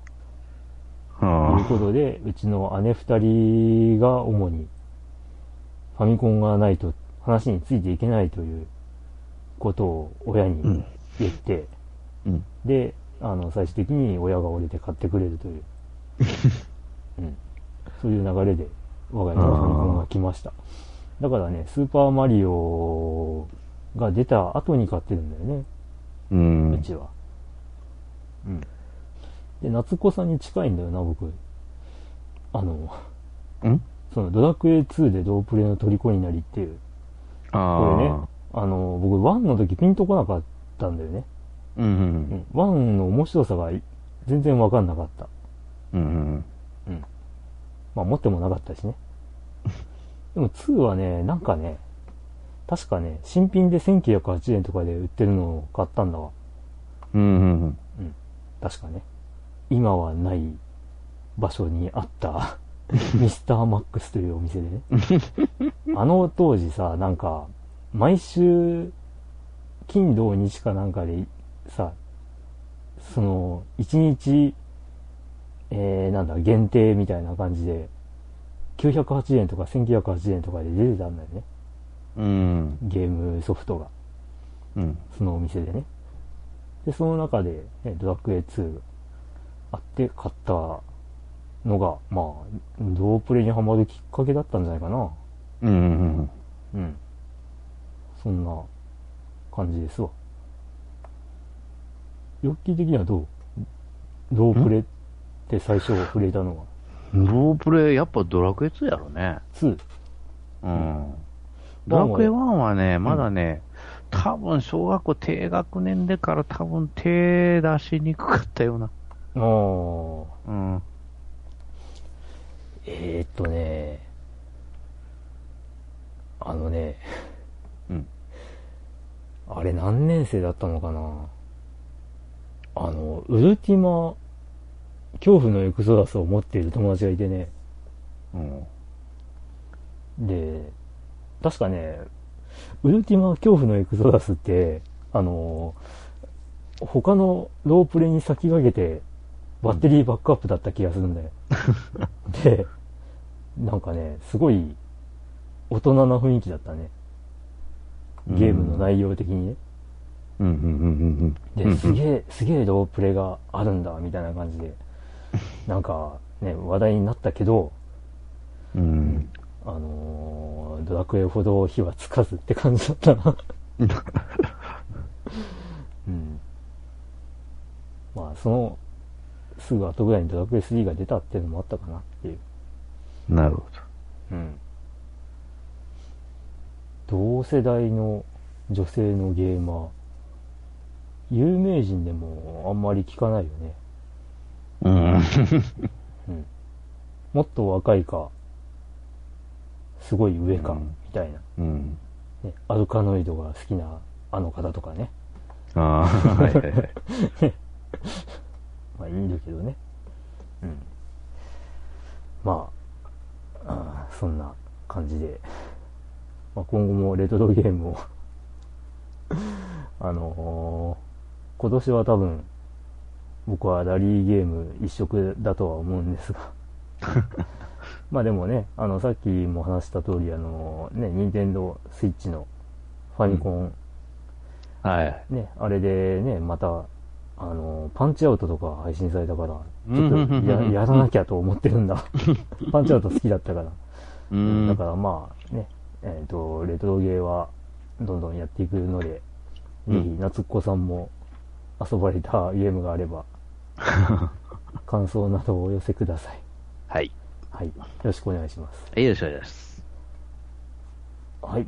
Speaker 3: という
Speaker 2: は
Speaker 3: ことで、うちの姉二人が主に、ファミコンがないと話についていけないということを親
Speaker 2: あ。う
Speaker 3: に
Speaker 2: ん。
Speaker 3: 言って、
Speaker 2: うん。
Speaker 3: で、あの、最終的に親が折れて買ってくれると いう、うん、そういう流れで、我が家にはファミコンが来ました。だからね、スーパーマリオが出た後に買ってるんだよね、
Speaker 2: う。
Speaker 3: うんちは。うん。で、夏子さんに近いんだよな、僕。あの、
Speaker 2: うん
Speaker 3: そのドラクエ2で同プレの虜になりっていう。これね
Speaker 2: ああ。、
Speaker 3: あの、僕1の時ピンとこなかったんだよね。
Speaker 2: うん
Speaker 3: う。ん。1の面白さがい全然わかんなかった。
Speaker 2: うん。うん。
Speaker 3: うん。まあ持ってもなかったしね。 でも2はね、なんかね、確かね、新品で1908円とかで売ってるのを買ったんだわ。
Speaker 2: うん。うん。
Speaker 3: うん。確かね。今はない場所にあった、ミスターマックスというお店でね。あの当時さ、なんか、毎週、金土日かなんかで、さ、その、一日、えー、なんだ、限定みたいな感じで、908円とか1908円とかで出てたんだよね。
Speaker 2: うん。
Speaker 3: ゲームソフトが。
Speaker 2: うん。
Speaker 3: そのお店でね。で、その中で、ね、ドラクエ2あって買ったのが、まあ、ドープレにハマるきっかけだったんじゃないかな。
Speaker 2: うん。
Speaker 3: うん。そんな感じですわ。ヨッキー的にはどうドープレって最初触れたのは
Speaker 2: ロープレイ、やっぱドラクエ2やろね。
Speaker 3: 2。
Speaker 2: うん。ドラクエ1はね、まだね、多分小学校低学年でから多分手出しにくかったような。
Speaker 3: ああ、
Speaker 2: うん。
Speaker 3: えー、っとね、あのね、
Speaker 2: うん。
Speaker 3: あれ何年生だったのかなあの、ウルティマ、恐怖のエクソダスを持っている友達がいてね。
Speaker 2: うん。
Speaker 3: で、確かね、ウルティマ恐怖のエクソダスって、あの、他のロープレに先駆けて、バッテリーバックアップだった気がするんだよ。で、なんかね、すごい、大人な雰囲気だったね。ゲームの内容的にね。
Speaker 2: うんうんうんうん
Speaker 3: で、
Speaker 2: うん。
Speaker 3: すげえ、すげえロープレがあるんだ、みたいな感じで、なんか、ね、話題になったけど、
Speaker 2: うん。
Speaker 3: あのードラクエほど火はつかずって感じだった な。うん。まあ、その、すぐ後ぐらいにドラクエ3が出たっていうのもあったかなっていう。
Speaker 2: なるほ
Speaker 3: うん。同世代の女性のゲーマー、有名人でもあんまり聞かないよね。
Speaker 2: ど。うん。
Speaker 3: うん、もっと若いか、すごい上か、
Speaker 2: うん
Speaker 3: みたいな、
Speaker 2: うん。
Speaker 3: ね。アルカノイドが好きなあの方とかね。
Speaker 2: あ あ、はいはいはい。
Speaker 3: まあいいんだけどね。うん。まあ、あーそんな感じで、まあ、今後もレトロゲームを、あのー今年は多分、僕はラリーゲーム一色だとは思うんですが、まあでもね、あの、さっきも話した通り、あの、ね、任天堂スイッチのファミコン、
Speaker 2: はい。
Speaker 3: ね、あれでね、また、あの、パンチアウトとか配信されたから、ちょ
Speaker 2: うん
Speaker 3: っ
Speaker 2: うんうん
Speaker 3: と
Speaker 2: う
Speaker 3: や
Speaker 2: ん
Speaker 3: やらなきゃと思ってるん だ。パンチアウト好きだったから。
Speaker 2: う
Speaker 3: だ
Speaker 2: ん
Speaker 3: か。らまあね、えっ、と、レトロゲーはどんどんやっていくので、
Speaker 2: うん
Speaker 3: ぜひ夏っ子さんも遊ばれたゲームがあれ ば、感想などをお寄せください。
Speaker 2: はい。
Speaker 3: はい。よろしくお願いします。
Speaker 2: はいよろしくお願いします。
Speaker 3: はい。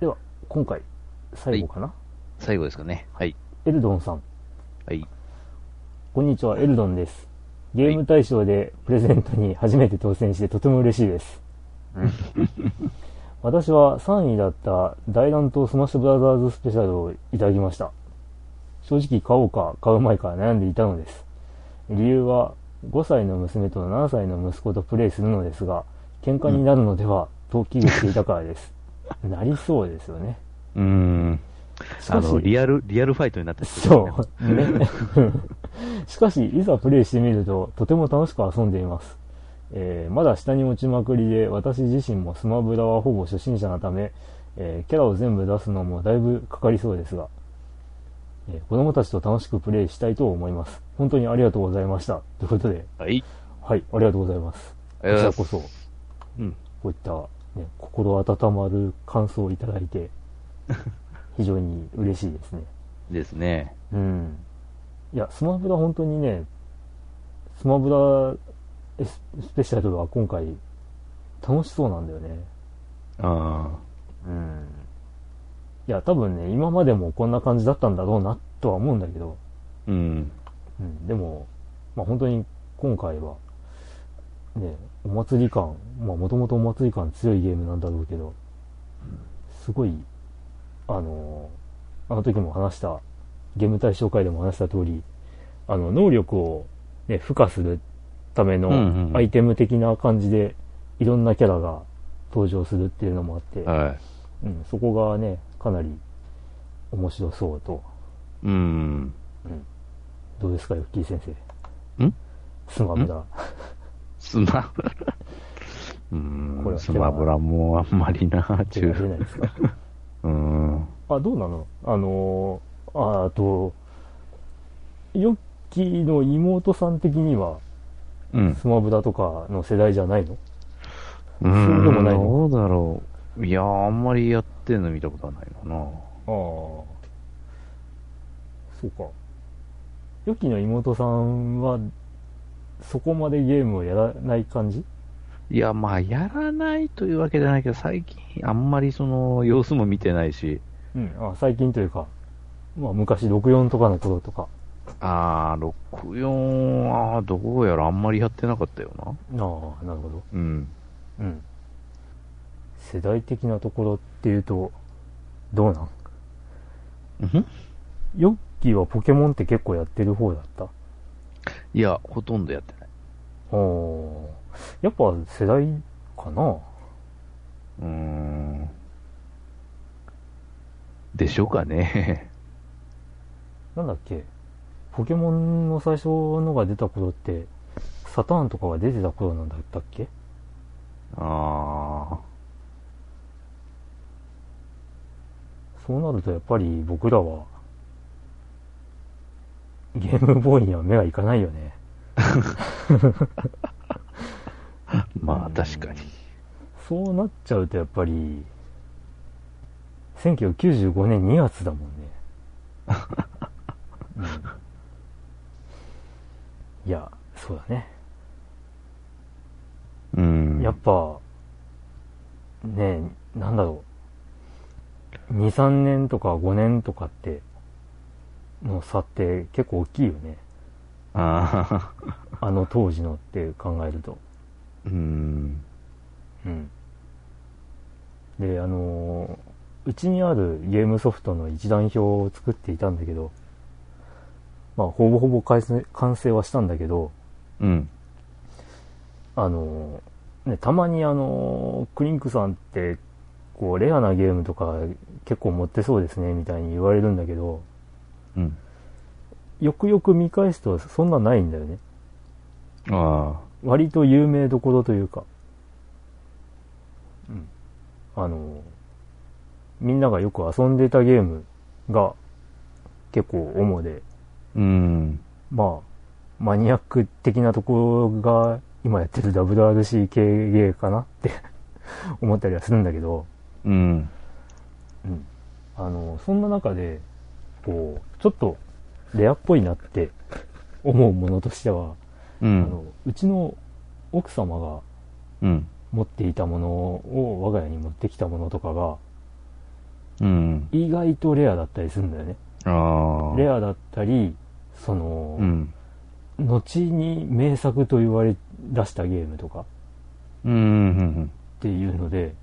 Speaker 3: では、今回、最後かな、
Speaker 2: 最後ですかね。はい。
Speaker 3: エルドンさん。
Speaker 2: はい。
Speaker 3: こんにちは、エルドンです。ゲーム大賞でプレゼントに初めて当選してとても嬉しいです。 私は3位だった大乱闘スマッシュブラザーズスペシャルをいただきました。正直買おうか買う前から悩んでいたのです。理由は5歳の娘と7歳の息子とプレイするのですが、喧嘩になるのではと危惧していたからです。なりそうですよね。
Speaker 2: うーん。
Speaker 3: し
Speaker 2: あ
Speaker 3: か
Speaker 2: の、
Speaker 3: し、
Speaker 2: リアル、リアルファイトになってますね
Speaker 3: そう、ね。しかし、いざプレイしてみると、とても楽しく遊んでいます。えーまだ下に落ちまくりで、私自身もスマブラはほぼ初心者なため、えーキャラを全部出すのもだいぶかかりそうですが、えー子供たちと楽しくプレイしたいと思います。本当にありがとうございました。ということで、
Speaker 2: はい。
Speaker 3: はい、ありがとうございます。
Speaker 2: ありがとうござい
Speaker 3: こちら
Speaker 2: ます
Speaker 3: こそ、
Speaker 2: うん。
Speaker 3: こういった、ね、心温まる感想をいただい て、非常に嬉しいですね。
Speaker 2: ですね。
Speaker 3: うん。いや、スマブラ本当にね、スマブラススペシャルは今回楽しそうなんだよね。
Speaker 2: あ
Speaker 3: うん。いや、多分ね、今までもこんな感じだったんだろうなとは思うんだけど、
Speaker 2: あ。うん。
Speaker 3: うん、でも、まあ本当に今回は、ね、お祭り感、まあもともとお祭り感強いゲームなんだろうけど、すごい、あのーあの時も話した、ゲーム対象会でも話した通り、あの、能力を、ね、付加するため
Speaker 2: うんう
Speaker 3: の
Speaker 2: ん
Speaker 3: アイテム的な感じで、いろんなキャラが登場するっていうのもあって、
Speaker 2: は
Speaker 3: うん、そこがね、かなり面白そうと。
Speaker 2: い。うん。
Speaker 3: どうですか、ヨッキー先生。
Speaker 2: ん
Speaker 3: スマブラ。
Speaker 2: スマブラ。 うー
Speaker 3: これ
Speaker 2: ん。
Speaker 3: は
Speaker 2: スマブラもあんま りな、
Speaker 3: 手が
Speaker 2: 中
Speaker 3: 出ないですか
Speaker 2: うーん。
Speaker 3: あ、どうなのあのー、ああと、ヨッキーの妹さん的には、
Speaker 2: うん。
Speaker 3: スマブラとかの世代じゃないの
Speaker 2: う
Speaker 3: そうでもないの
Speaker 2: どうだろう。いやー、あんまりやってんの見たことはないかな。
Speaker 3: ああ。そうか。ヨッキーの妹さんは、そこまでゲームをやらない感じ
Speaker 2: いや、まあ、やらないというわけじゃないけど、最近、あんまりその、様子も見てないし、
Speaker 3: うん。あ最近というか、まあ昔64とかの頃とか。
Speaker 2: あー、64は、どうやらあんまりやってなかったよな。
Speaker 3: ああ、なるほど。
Speaker 2: うん。
Speaker 3: うん。世代的なところっていうと、どうなん
Speaker 2: うん
Speaker 3: ヨッキーはポケモンって結構やってる方だった
Speaker 2: いや、ほとんどやってない。
Speaker 3: おやっぱ世代かな
Speaker 2: うーん。でしょうかね。
Speaker 3: なんだっけポケモンの最初のが出た頃って、サターンとかが出てた頃なんだったっけ
Speaker 2: あ
Speaker 3: そうなるとやっぱり僕らは、ゲームボーイには目がいかないよね。
Speaker 2: ー、まあ、確かに。
Speaker 3: そうなっちゃうとやっぱり、1995年2月だ もんね。うん、いや、そうだね。
Speaker 2: うん。
Speaker 3: やっぱ、ねえ、なんだろう。2、3年とか5年とかって、の差って結構大きいよね。
Speaker 2: あー
Speaker 3: あの当時のって考えると。
Speaker 2: うん。
Speaker 3: うん。で、あのーうちにあるゲームソフトの一覧表を作っていたんだけど、まあ、ほぼほぼ完成完成はしたんだけど、
Speaker 2: うん。
Speaker 3: あのーね、たまにあのークリンクさんって、こう、レアなゲームとか結構持ってそうですね、みたいに言われるんだけど、
Speaker 2: うん。
Speaker 3: よくよく見返すとそんなないんだよね。
Speaker 2: あ
Speaker 3: 割と有名どころというか、うん。あの、みんながよく遊んでたゲームが結構主で、
Speaker 2: うん。
Speaker 3: まあ、マニアック的なところが今やってる WRC 系ゲーかなって 思ったりはするんだけど、
Speaker 2: うん。
Speaker 3: うん。あの、そんな中で、こう、ちょっとレアっぽいなって思うものとしては、
Speaker 2: う。
Speaker 3: うんのうちの奥様が
Speaker 2: うん。
Speaker 3: 持っていたものを我が家に持ってきたものとかが
Speaker 2: うん。
Speaker 3: 意外とレアだったりするんだよね。
Speaker 2: ああ。
Speaker 3: レアだったり、その、
Speaker 2: うん。
Speaker 3: 後に名作と言われ出したゲームとかっ
Speaker 2: うんうん。
Speaker 3: ていうので、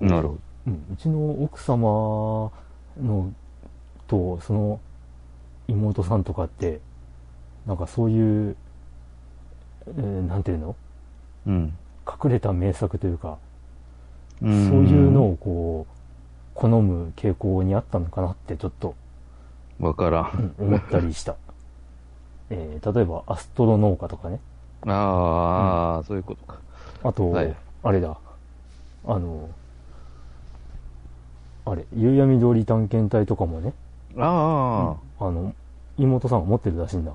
Speaker 2: うんなるほど。
Speaker 3: うん、うちの奥様のとその妹さんとかってなんかそういう、えーなんていうの
Speaker 2: うん。
Speaker 3: 隠れた名作というか、
Speaker 2: そう
Speaker 3: そういうのをこう好む傾向にあったのかなってちょっと、
Speaker 2: わから。
Speaker 3: うんん思ったりした、えー例えばアストロ農家とかね
Speaker 2: ああ、そういうことか。
Speaker 3: あと、
Speaker 2: はい
Speaker 3: あれだあのあれ夕闇通り探検隊とかもね
Speaker 2: あ
Speaker 3: あの、妹さんが持ってるらしいんだ。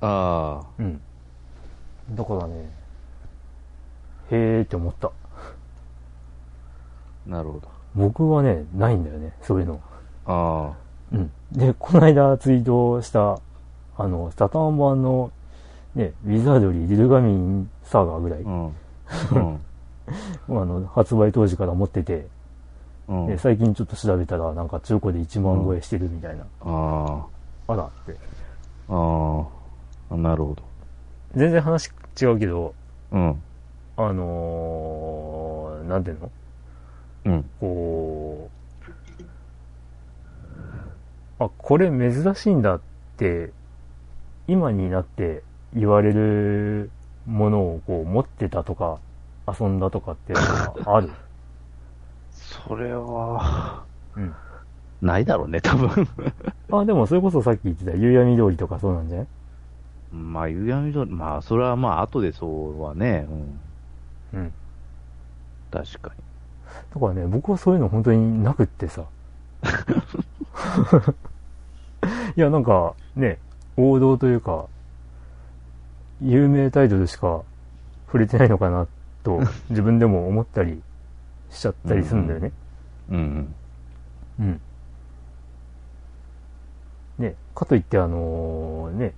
Speaker 2: あ。ああ。
Speaker 3: うん。だからね、へーって思った。
Speaker 2: なるほど。
Speaker 3: 僕はね、ないんだよね、そういうの。
Speaker 2: あ
Speaker 3: うん。で、この間ツイートした、あの、サタン版の、ね、ウィザードリー、リルガミンサーガーぐらい、
Speaker 2: あ。うん。うん。
Speaker 3: あの、発売当時から持ってて、
Speaker 2: う ん。
Speaker 3: で最近ちょっと調べたら、なんか中古で1万超えしてるみたいな。
Speaker 2: あ
Speaker 3: あらって。
Speaker 2: あ。ああ。なるほど。
Speaker 3: 全然話違うけど、
Speaker 2: うん。
Speaker 3: あのー、なんていうの
Speaker 2: うん。
Speaker 3: こう、あ、これ珍しいんだって、今になって言われるものをこう持ってたとか、遊んだとかっていうのがある。
Speaker 2: それは、
Speaker 3: うん。
Speaker 2: ないだろうね、多分。
Speaker 3: あ、でもそれこそさっき言ってた夕闇通りとかそうなんじゃない
Speaker 2: まあ、夕闇通り、まあ、それはまあ、後でそうはね、うん。
Speaker 3: うん。
Speaker 2: 確かに。
Speaker 3: だからね、僕はそういうの本当になくって さ。いや、なんかね、王道というか、有名タイトルしか触れてないのかなと自分でも思ったりしちゃったりするんだよね。
Speaker 2: うん。
Speaker 3: うん。ね、かといってあのね、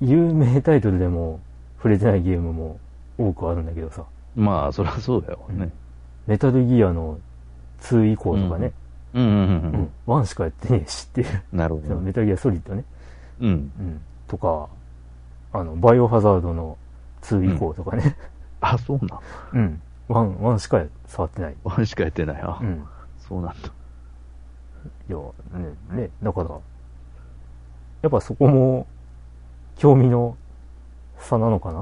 Speaker 3: 有名タイトルでも触れてないゲームも多くあるんだけどさ、
Speaker 2: まあ、そりゃそうだよね。
Speaker 3: メタルギアの2以降とかね、
Speaker 2: うんうんう
Speaker 3: うんん、1しかやってねえしっていう、
Speaker 2: うん。なるほ
Speaker 3: そ
Speaker 2: ど
Speaker 3: の
Speaker 2: ね。
Speaker 3: メタルギアソリッドね、
Speaker 2: うん。
Speaker 3: うん、とか、あの、バイオハザードの2以降とかね、
Speaker 2: あ、そうなん。
Speaker 3: うん、1、1しか触ってない。
Speaker 2: ワンしかやってない。あ
Speaker 3: う、ん。
Speaker 2: そうなんだ。
Speaker 3: いや、ね、ね、だから、やっぱそこも、興味の差なのか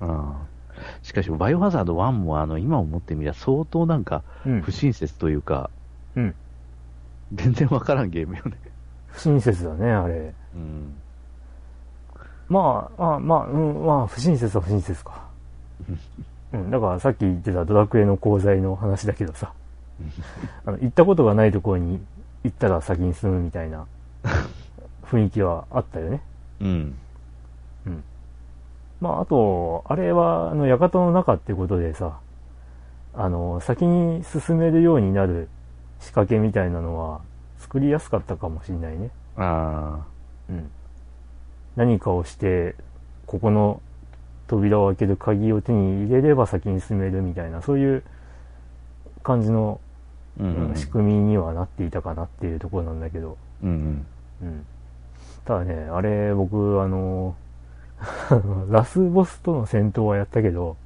Speaker 3: な
Speaker 2: うん。しかし、バイオハザード1も、あの、今思ってみりゃ相当なんか、
Speaker 3: うん
Speaker 2: 不親切というか、
Speaker 3: うん。
Speaker 2: 全然わからんゲームよね。
Speaker 3: 不親切だね、あれ。
Speaker 2: うん。
Speaker 3: まあ、あまあ、うん、まあ、不親切は不親切か。うん、だからさっき言ってたドラクエの功罪の話だけどさ、あの行ったことがないところに行ったら先に進むみたいな雰囲気はあったよね。
Speaker 2: うん。
Speaker 3: まあ、あと、あれは、あの、館の中ってことでさ、あの、先に進めるようになる仕掛けみたいなのは作りやすかったかもしれないね。
Speaker 2: あ
Speaker 3: うん、何かをしてここの扉を開ける鍵を手に入れれば先に進めるみたいなそういう感じの、
Speaker 2: あ。うんうん。
Speaker 3: 仕組みにはなっていたかなっていうところなんだけど、
Speaker 2: うんうん。
Speaker 3: うん、ただねあれ僕あの ラスボスとの戦闘はやったけど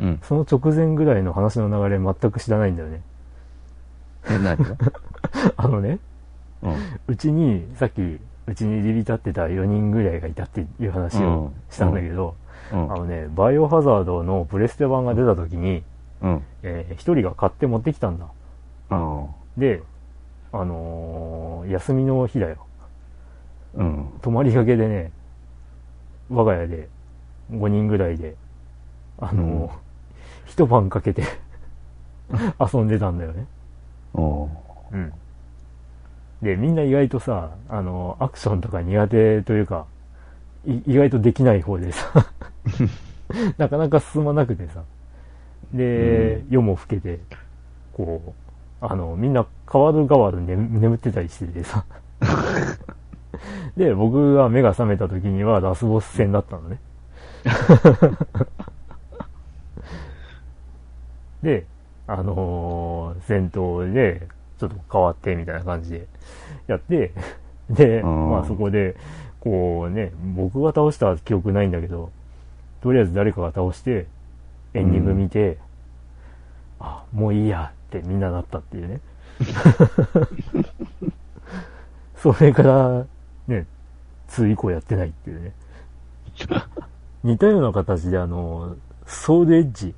Speaker 2: うん。
Speaker 3: その直前ぐらいの話の流れ全く知らないんだよね
Speaker 2: え、何が
Speaker 3: あのね
Speaker 2: うん。
Speaker 3: うちにさっきうちに入り浸ってた4人ぐらいがいたっていう話をしたんだけど、
Speaker 2: うん
Speaker 3: あ。のね、バイオハザードのプレステ版が出た時に、
Speaker 2: うん。
Speaker 3: えー一人が買って持ってきたんだ。
Speaker 2: あ
Speaker 3: で、あのー休みの日だよ。
Speaker 2: あ。うん。
Speaker 3: 泊まりがけでね、我が家で5人ぐらいで、あの、一晩かけて 遊んでたんだよね。
Speaker 2: おう
Speaker 3: うん。で、みんな意外とさ、あの、アクションとか苦手というか、い意外とできない方でさ、なかなか進まなくてさ、で、夜も更けて、こう、あの、みんな変わる変わる眠眠ってたりしててさ、で、僕が目が覚めた時にはラスボス戦だったのね。 で、あのー戦闘で、ちょっと変わってみたいな感じでやって、で、
Speaker 2: うん
Speaker 3: まあそこで、こうね、僕が倒した記憶ないんだけど、とりあえず誰かが倒して、エンディング見て、あ、もういいやってみんななったって いうね。それから、ね、2以降やってないっていうね。似たような形であの、ソードエッジ。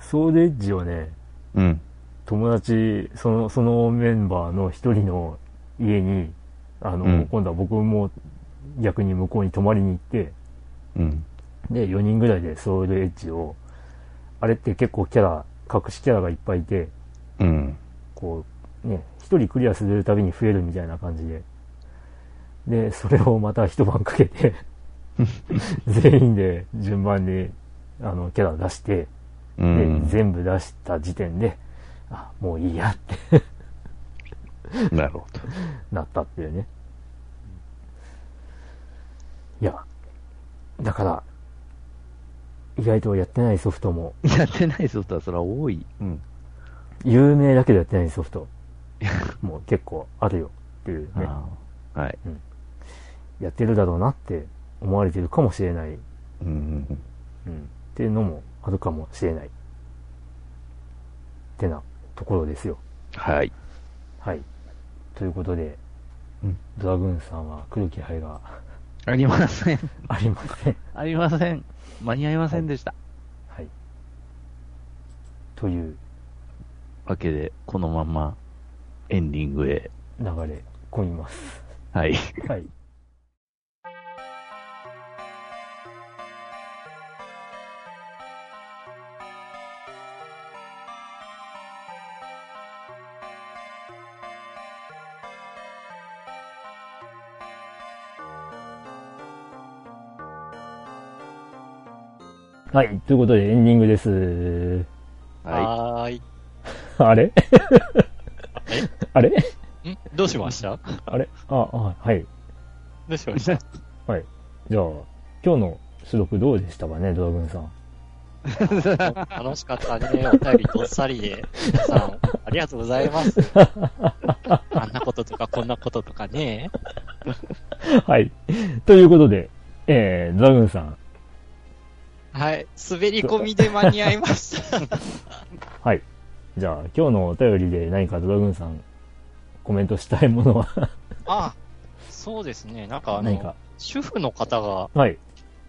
Speaker 3: ソードエッジをね、
Speaker 2: うん。
Speaker 3: 友達、その、そのメンバーの一人の家に、あの、
Speaker 2: うん
Speaker 3: 今度は僕も逆に向こうに泊まりに行って、
Speaker 2: うん。
Speaker 3: で、4人ぐらいでソウルエッジを、あれって結構キャラ、隠しキャラがいっぱいいて、
Speaker 2: うん。
Speaker 3: こう、ね、一人クリアするたびに増えるみたいな感じで。で、それをまた一晩かけ て、全員で順番に、あの、キャラ出して、
Speaker 2: う
Speaker 3: で、
Speaker 2: ん。
Speaker 3: 全部出した時点で、あ、もういいやって
Speaker 2: なるほど。
Speaker 3: なったっていうね。いや、だから、意外とやってないソフトも、
Speaker 2: やってないソフトはそれは多い。うん。
Speaker 3: 有名だけどやってないソフ ト、もう結構あるよっていうね、
Speaker 2: ああはい。
Speaker 3: やってるだろうなって思われてるかもしれない、
Speaker 2: うん。
Speaker 3: うん、っていうのもあるかもしれない。ってなところですよ。
Speaker 2: はい。
Speaker 3: はい。ということで、
Speaker 2: うん
Speaker 3: ドラグーンさんは来る気配が
Speaker 2: ありません。
Speaker 3: ありません。
Speaker 2: ありません。間に合いませんでした。
Speaker 3: はい。という
Speaker 2: わけで、このままエンディングへ。
Speaker 3: 流れ込みます。
Speaker 2: はい。
Speaker 3: はい。はい。ということで、エンディングです。
Speaker 2: は
Speaker 1: はーい。
Speaker 3: あれ あれ
Speaker 1: んどうしました
Speaker 3: あれあ、あはい。
Speaker 1: どうしました
Speaker 3: じゃあ、今日の収録どうでしたかね、ドラグンさん。
Speaker 1: 楽しかったね。お便りどっさりで。皆さ ん、ありがとうござい ます。あんなこととかこんなこととかね。
Speaker 3: はい。ということで、えー、ドラグンさん。
Speaker 1: はい。滑り込みで間に合いました。
Speaker 3: はい。じゃあ、今日のお便りで何かドラグンさん、コメントしたいものは
Speaker 1: あ、そうですね。なんかあ
Speaker 3: 何
Speaker 1: の
Speaker 3: か、。
Speaker 1: 主婦の方が
Speaker 3: はい。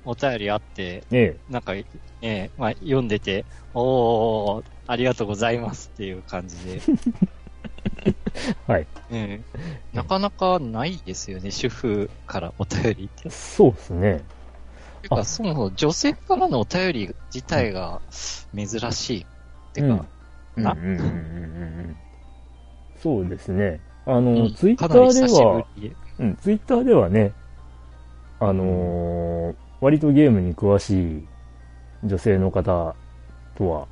Speaker 1: お便りあって、
Speaker 3: え
Speaker 1: なんか、ええまあ、読んでて、おー、ありがとうございますっていう感じで。
Speaker 3: えはい。
Speaker 1: え えなかなかないですよね。主婦からお便りって。
Speaker 3: そうですね。
Speaker 1: てか、そもそも女性からのお便り自体が珍しい。てか、
Speaker 3: うん、
Speaker 1: あ
Speaker 3: うんうんうんうんうんそうですね。あの、
Speaker 1: うん
Speaker 3: ツイッタ
Speaker 1: かな
Speaker 3: ー
Speaker 1: り久
Speaker 3: で
Speaker 1: し
Speaker 3: は、
Speaker 1: ぶりで。
Speaker 3: うん、ツイッターではね、あのー割とゲームに詳しい女性の方とは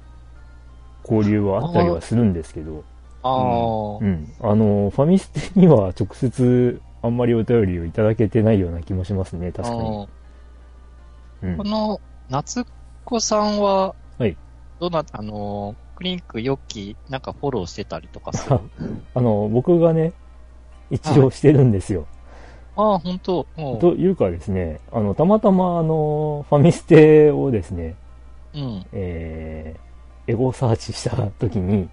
Speaker 3: 交流はあったりはするんですけど、
Speaker 1: ああ、
Speaker 3: うん、あのーファミステには直接あんまりお便りをいただけてないような気もしますね、確かに。
Speaker 1: あ
Speaker 3: うん
Speaker 1: ーこ、の、夏子さんは、
Speaker 3: はい
Speaker 1: どな、あのー、クリンク、ヨッキー、なんかフォローしてたりとかする。
Speaker 3: あの僕がね、一応してるんですよ。
Speaker 1: ああ、本当も
Speaker 3: というかですね、あのたまたまあのファミステをですね、
Speaker 1: う、うん。
Speaker 3: えーエゴサーチした時に、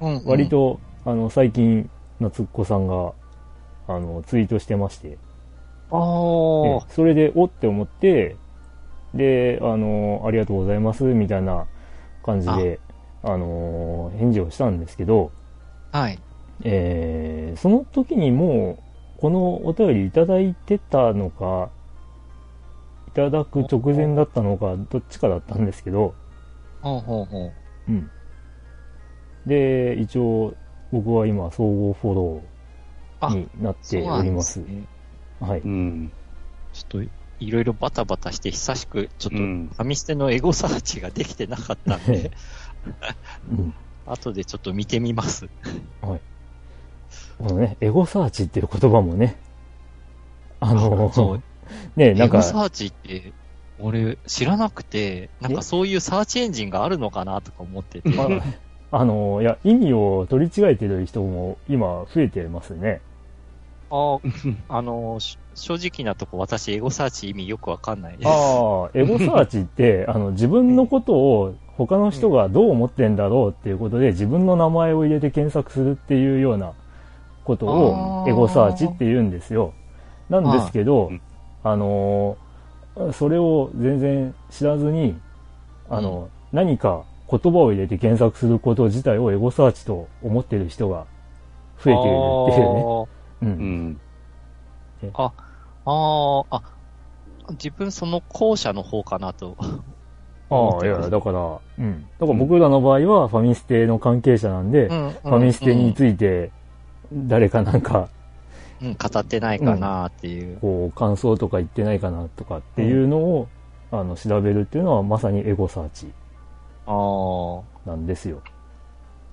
Speaker 1: うん、うん
Speaker 3: 割、と、あの最近夏っ子さんがあのツイートしてまして
Speaker 1: ああ
Speaker 3: で、それでおって思ってであのありがとうございますみたいな感じであの返事をしたんですけど、
Speaker 1: はい。
Speaker 3: えーその時にもうこのお便りいただいてたのかいただく直前だったのか、どっちかだったんですけど、
Speaker 1: ほうほうほう。
Speaker 3: うん。で、一応、僕は今、総合フォローになっております。
Speaker 1: ね。
Speaker 3: はい。
Speaker 2: うん。
Speaker 1: ちょっと、いろいろバタバタして、久しく、ちょっと、
Speaker 2: う
Speaker 1: フ
Speaker 2: ん
Speaker 1: ァミステのエゴサーチができてなかった んで、
Speaker 3: うん
Speaker 1: 後でちょっと見てみます。
Speaker 3: このね、エゴサーチっていう言葉もね、あの、
Speaker 1: そう。
Speaker 3: ね、な
Speaker 1: エ
Speaker 3: んか
Speaker 1: ゴ、サーチって、俺、知らなくて、なんかそういうサーチエンジンがあるのかなとか思ってて、
Speaker 3: ああの、いや、意味を取り違えてる人も今増えてますね。
Speaker 1: ああ、あの、し正直なとこ、私、エゴサーチ意味よくわかんないです。
Speaker 3: ああ、エゴサーチって、あの、自分のことを他の人がどう思ってんだろうっていうことで、自分の名前を入れて検索するっていうようなことを
Speaker 1: あ、ー
Speaker 3: エゴサーチって言うんですよ。なんですけど、あの、それを全然知らずに、あの、何か言葉を入れて検索すること自体をエゴサーチと思ってる人が増えているっていうね。
Speaker 2: う
Speaker 3: うん。
Speaker 2: ん。
Speaker 1: あーあー、あ、自分その後者の方かなと。
Speaker 3: ああ、いや、だから、うん。だから僕らの場合はファミステの関係者なんで、
Speaker 1: ん、
Speaker 3: ファミステについて、誰かなんか、
Speaker 1: うん、うん語ってないかなっていう。
Speaker 3: こう、感想とか言ってないかなとかっていうのを、あの、調べるっていうのはまさにエゴサーチ
Speaker 1: あ
Speaker 3: なんですよ。だ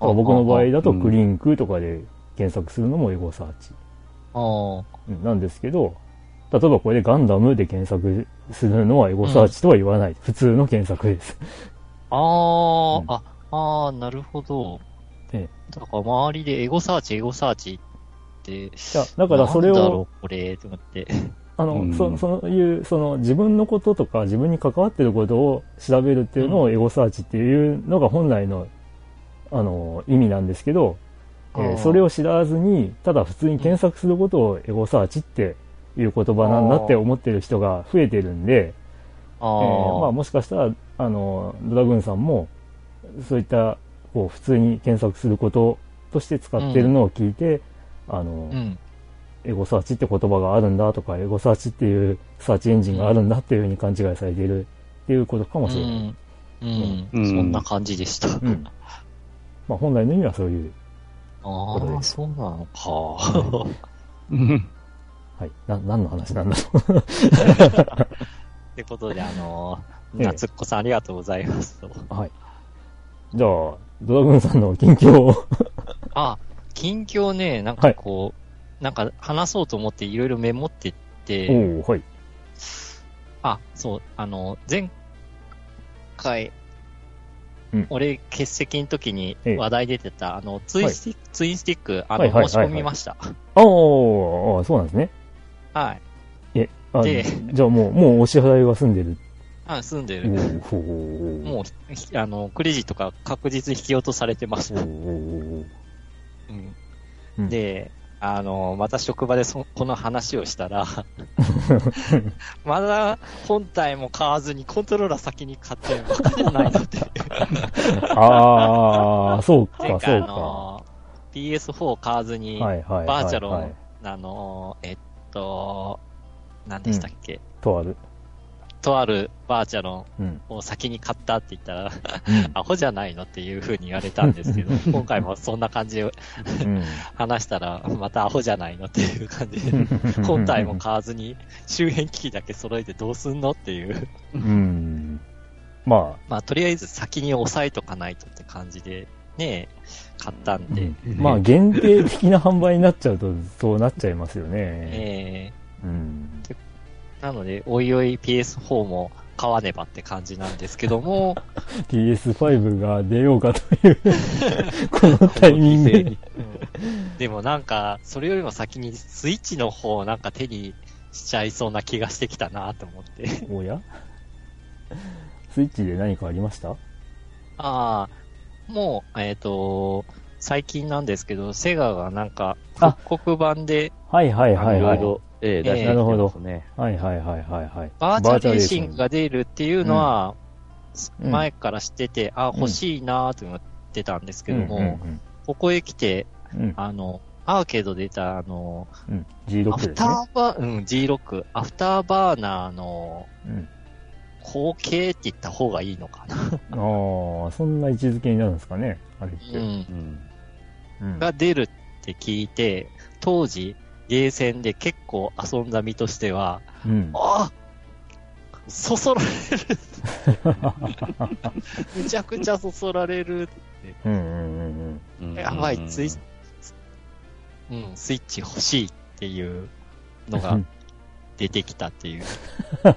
Speaker 1: あ。
Speaker 3: から僕の場合だと
Speaker 2: うん
Speaker 3: クリンクとかで検索するのもエゴサーチ
Speaker 1: あ
Speaker 3: うんなんですけど、例えばこれでガンダムで検索するのはエゴサーチとは言わない。普通の検索です。
Speaker 1: あ。あ
Speaker 3: うん
Speaker 1: あ、ああ、なるほど。
Speaker 3: え
Speaker 1: だから周りでエゴサーチ、エゴサーチって。
Speaker 3: いやだからそれ
Speaker 1: なんだ
Speaker 3: を
Speaker 1: ろ、うこれ、と 思って。
Speaker 3: あの、
Speaker 2: うん
Speaker 3: そそういう、その自分のこととか自分に関わってることを調べるっていうのをエゴサーチっていうのが本来の、あの、意味なんですけど、えー
Speaker 1: あー
Speaker 3: それを知らずに、ただ普通に検索することをエゴサーチっていう言葉なんだって思ってる人が増えてるんで、え
Speaker 1: あ
Speaker 3: ーまあ
Speaker 1: ー
Speaker 3: もしかしたら、あの、ドラグーンさんも、そういった、こう、普通に検索することとして使ってるのを聞いて、あの、
Speaker 1: うん。
Speaker 3: エゴサーチって言葉があるんだとか、エゴサーチっていうサーチエンジンがあるんだっていうふうに勘違いされているっていうことかもしれない。
Speaker 1: うん。
Speaker 2: うん
Speaker 1: そんな感じでした。
Speaker 3: うん。まあ本来の意味はそういう、
Speaker 1: あ
Speaker 3: これで
Speaker 1: あ、そうなのか。
Speaker 2: うん
Speaker 3: はい。な、何の話なんだろ
Speaker 1: ってことで、あの
Speaker 3: ええ
Speaker 1: ー、夏っ子さんありがとうございますと。
Speaker 3: う。はい。じゃあ、ドラグーンさんの近況を。
Speaker 1: あ、近況ね、なんかこう、なんか話そうと思っていろいろメモってって、
Speaker 3: おおはい。
Speaker 1: あ、そう、あの、前回、
Speaker 3: うん
Speaker 1: 俺欠席の時に
Speaker 3: ええ
Speaker 1: 話題出てた、あの、ツインスティック、ツインスティック、あの、
Speaker 3: はいはいはいはい
Speaker 1: 申し込みました。
Speaker 3: あーあー、そうなんですね。
Speaker 1: はい。
Speaker 3: え、あ
Speaker 1: で
Speaker 3: じゃあもう、もうお支払いは済んでる。
Speaker 1: あ、住んで
Speaker 3: お
Speaker 1: る。
Speaker 3: ーほー
Speaker 1: もうひ、あの、クレジットが確実に引き落とされてます
Speaker 3: お。ーうん
Speaker 1: で、あの、また職場でそこの話をした ら、まだ本体も買わずにコントローラー先に買ってバカじゃないのって。
Speaker 3: あ あ、そうか、
Speaker 1: てい
Speaker 3: そう
Speaker 1: う
Speaker 3: か。
Speaker 1: か、あの、PS4 買わずに、
Speaker 3: はいはいはい、はい。
Speaker 1: バーチャルをあの、えっと、何でしたっけ、
Speaker 3: とある。
Speaker 1: とあるバーチャロ
Speaker 3: うん。
Speaker 1: ンを先に買ったって言ったら、
Speaker 3: うん
Speaker 1: アホじゃないのっていう風に言われたんで すけど、今回もそんな感じで話したら、またアホじゃないのっていう感じで、
Speaker 3: うん
Speaker 1: 本体も買わずに周辺機器だけ揃えてどうすんのっていう。
Speaker 3: うん。ま
Speaker 1: まあ、とりあえず先に押さえとかないとって感じで、ねえ、買ったん
Speaker 3: あ、
Speaker 1: で、
Speaker 3: まあ限定的な販売になっちゃうと、そうなっちゃいますよね。
Speaker 1: え
Speaker 3: うん。
Speaker 1: ーなので、おいおい PS4 も買わねばって感じなんですけども、
Speaker 3: PS5 が出ようかという、このタイミングで。
Speaker 1: でもなんか、それよりも先にスイッチの方をなんか手にしちゃいそうな気がしてきたなと思って。
Speaker 3: おやスイッチで何かありました
Speaker 1: ああ、もう、えっ、と、最近なんですけど、セガがなんか
Speaker 3: あ、
Speaker 1: 復刻版で
Speaker 3: はいはいはい
Speaker 2: い
Speaker 3: は
Speaker 2: ろ
Speaker 3: い
Speaker 2: い。ろ、ええ、出してきて
Speaker 1: な
Speaker 3: るほど
Speaker 2: ますね。
Speaker 3: はいはいはいはいはい。
Speaker 1: バーチャルレ
Speaker 3: バーチャルレ
Speaker 1: ーシング
Speaker 3: ーシング
Speaker 1: が出るっていうのは、
Speaker 3: うん
Speaker 1: 前から知ってて、あ、欲しいなと思ってたんですけども、
Speaker 3: うんうん
Speaker 1: ここへ来て、
Speaker 3: うんうん
Speaker 1: あの、アーケードで出た、あの、
Speaker 3: うん。
Speaker 1: ア
Speaker 3: G6
Speaker 1: フ
Speaker 3: です
Speaker 1: タ
Speaker 3: ね。
Speaker 1: ーバー、うん、G6、アフターバーナーの
Speaker 3: うん。
Speaker 1: 後継って言った方がいいのかな。
Speaker 3: ああ、そんな位置づけになるんですかね、あれっ
Speaker 1: う
Speaker 3: て。
Speaker 1: ん
Speaker 2: う。ん。
Speaker 3: うん。
Speaker 1: が出るって聞いて、当時、ゲーセンで結構遊んだ身としては、
Speaker 3: うん。
Speaker 1: ああそそられるむちゃくちゃそそられる。
Speaker 3: うんうんうん
Speaker 2: うん
Speaker 1: やばい、ツイス、うん、スイッチ欲しいっていうのが出てきたっていう。
Speaker 3: うん。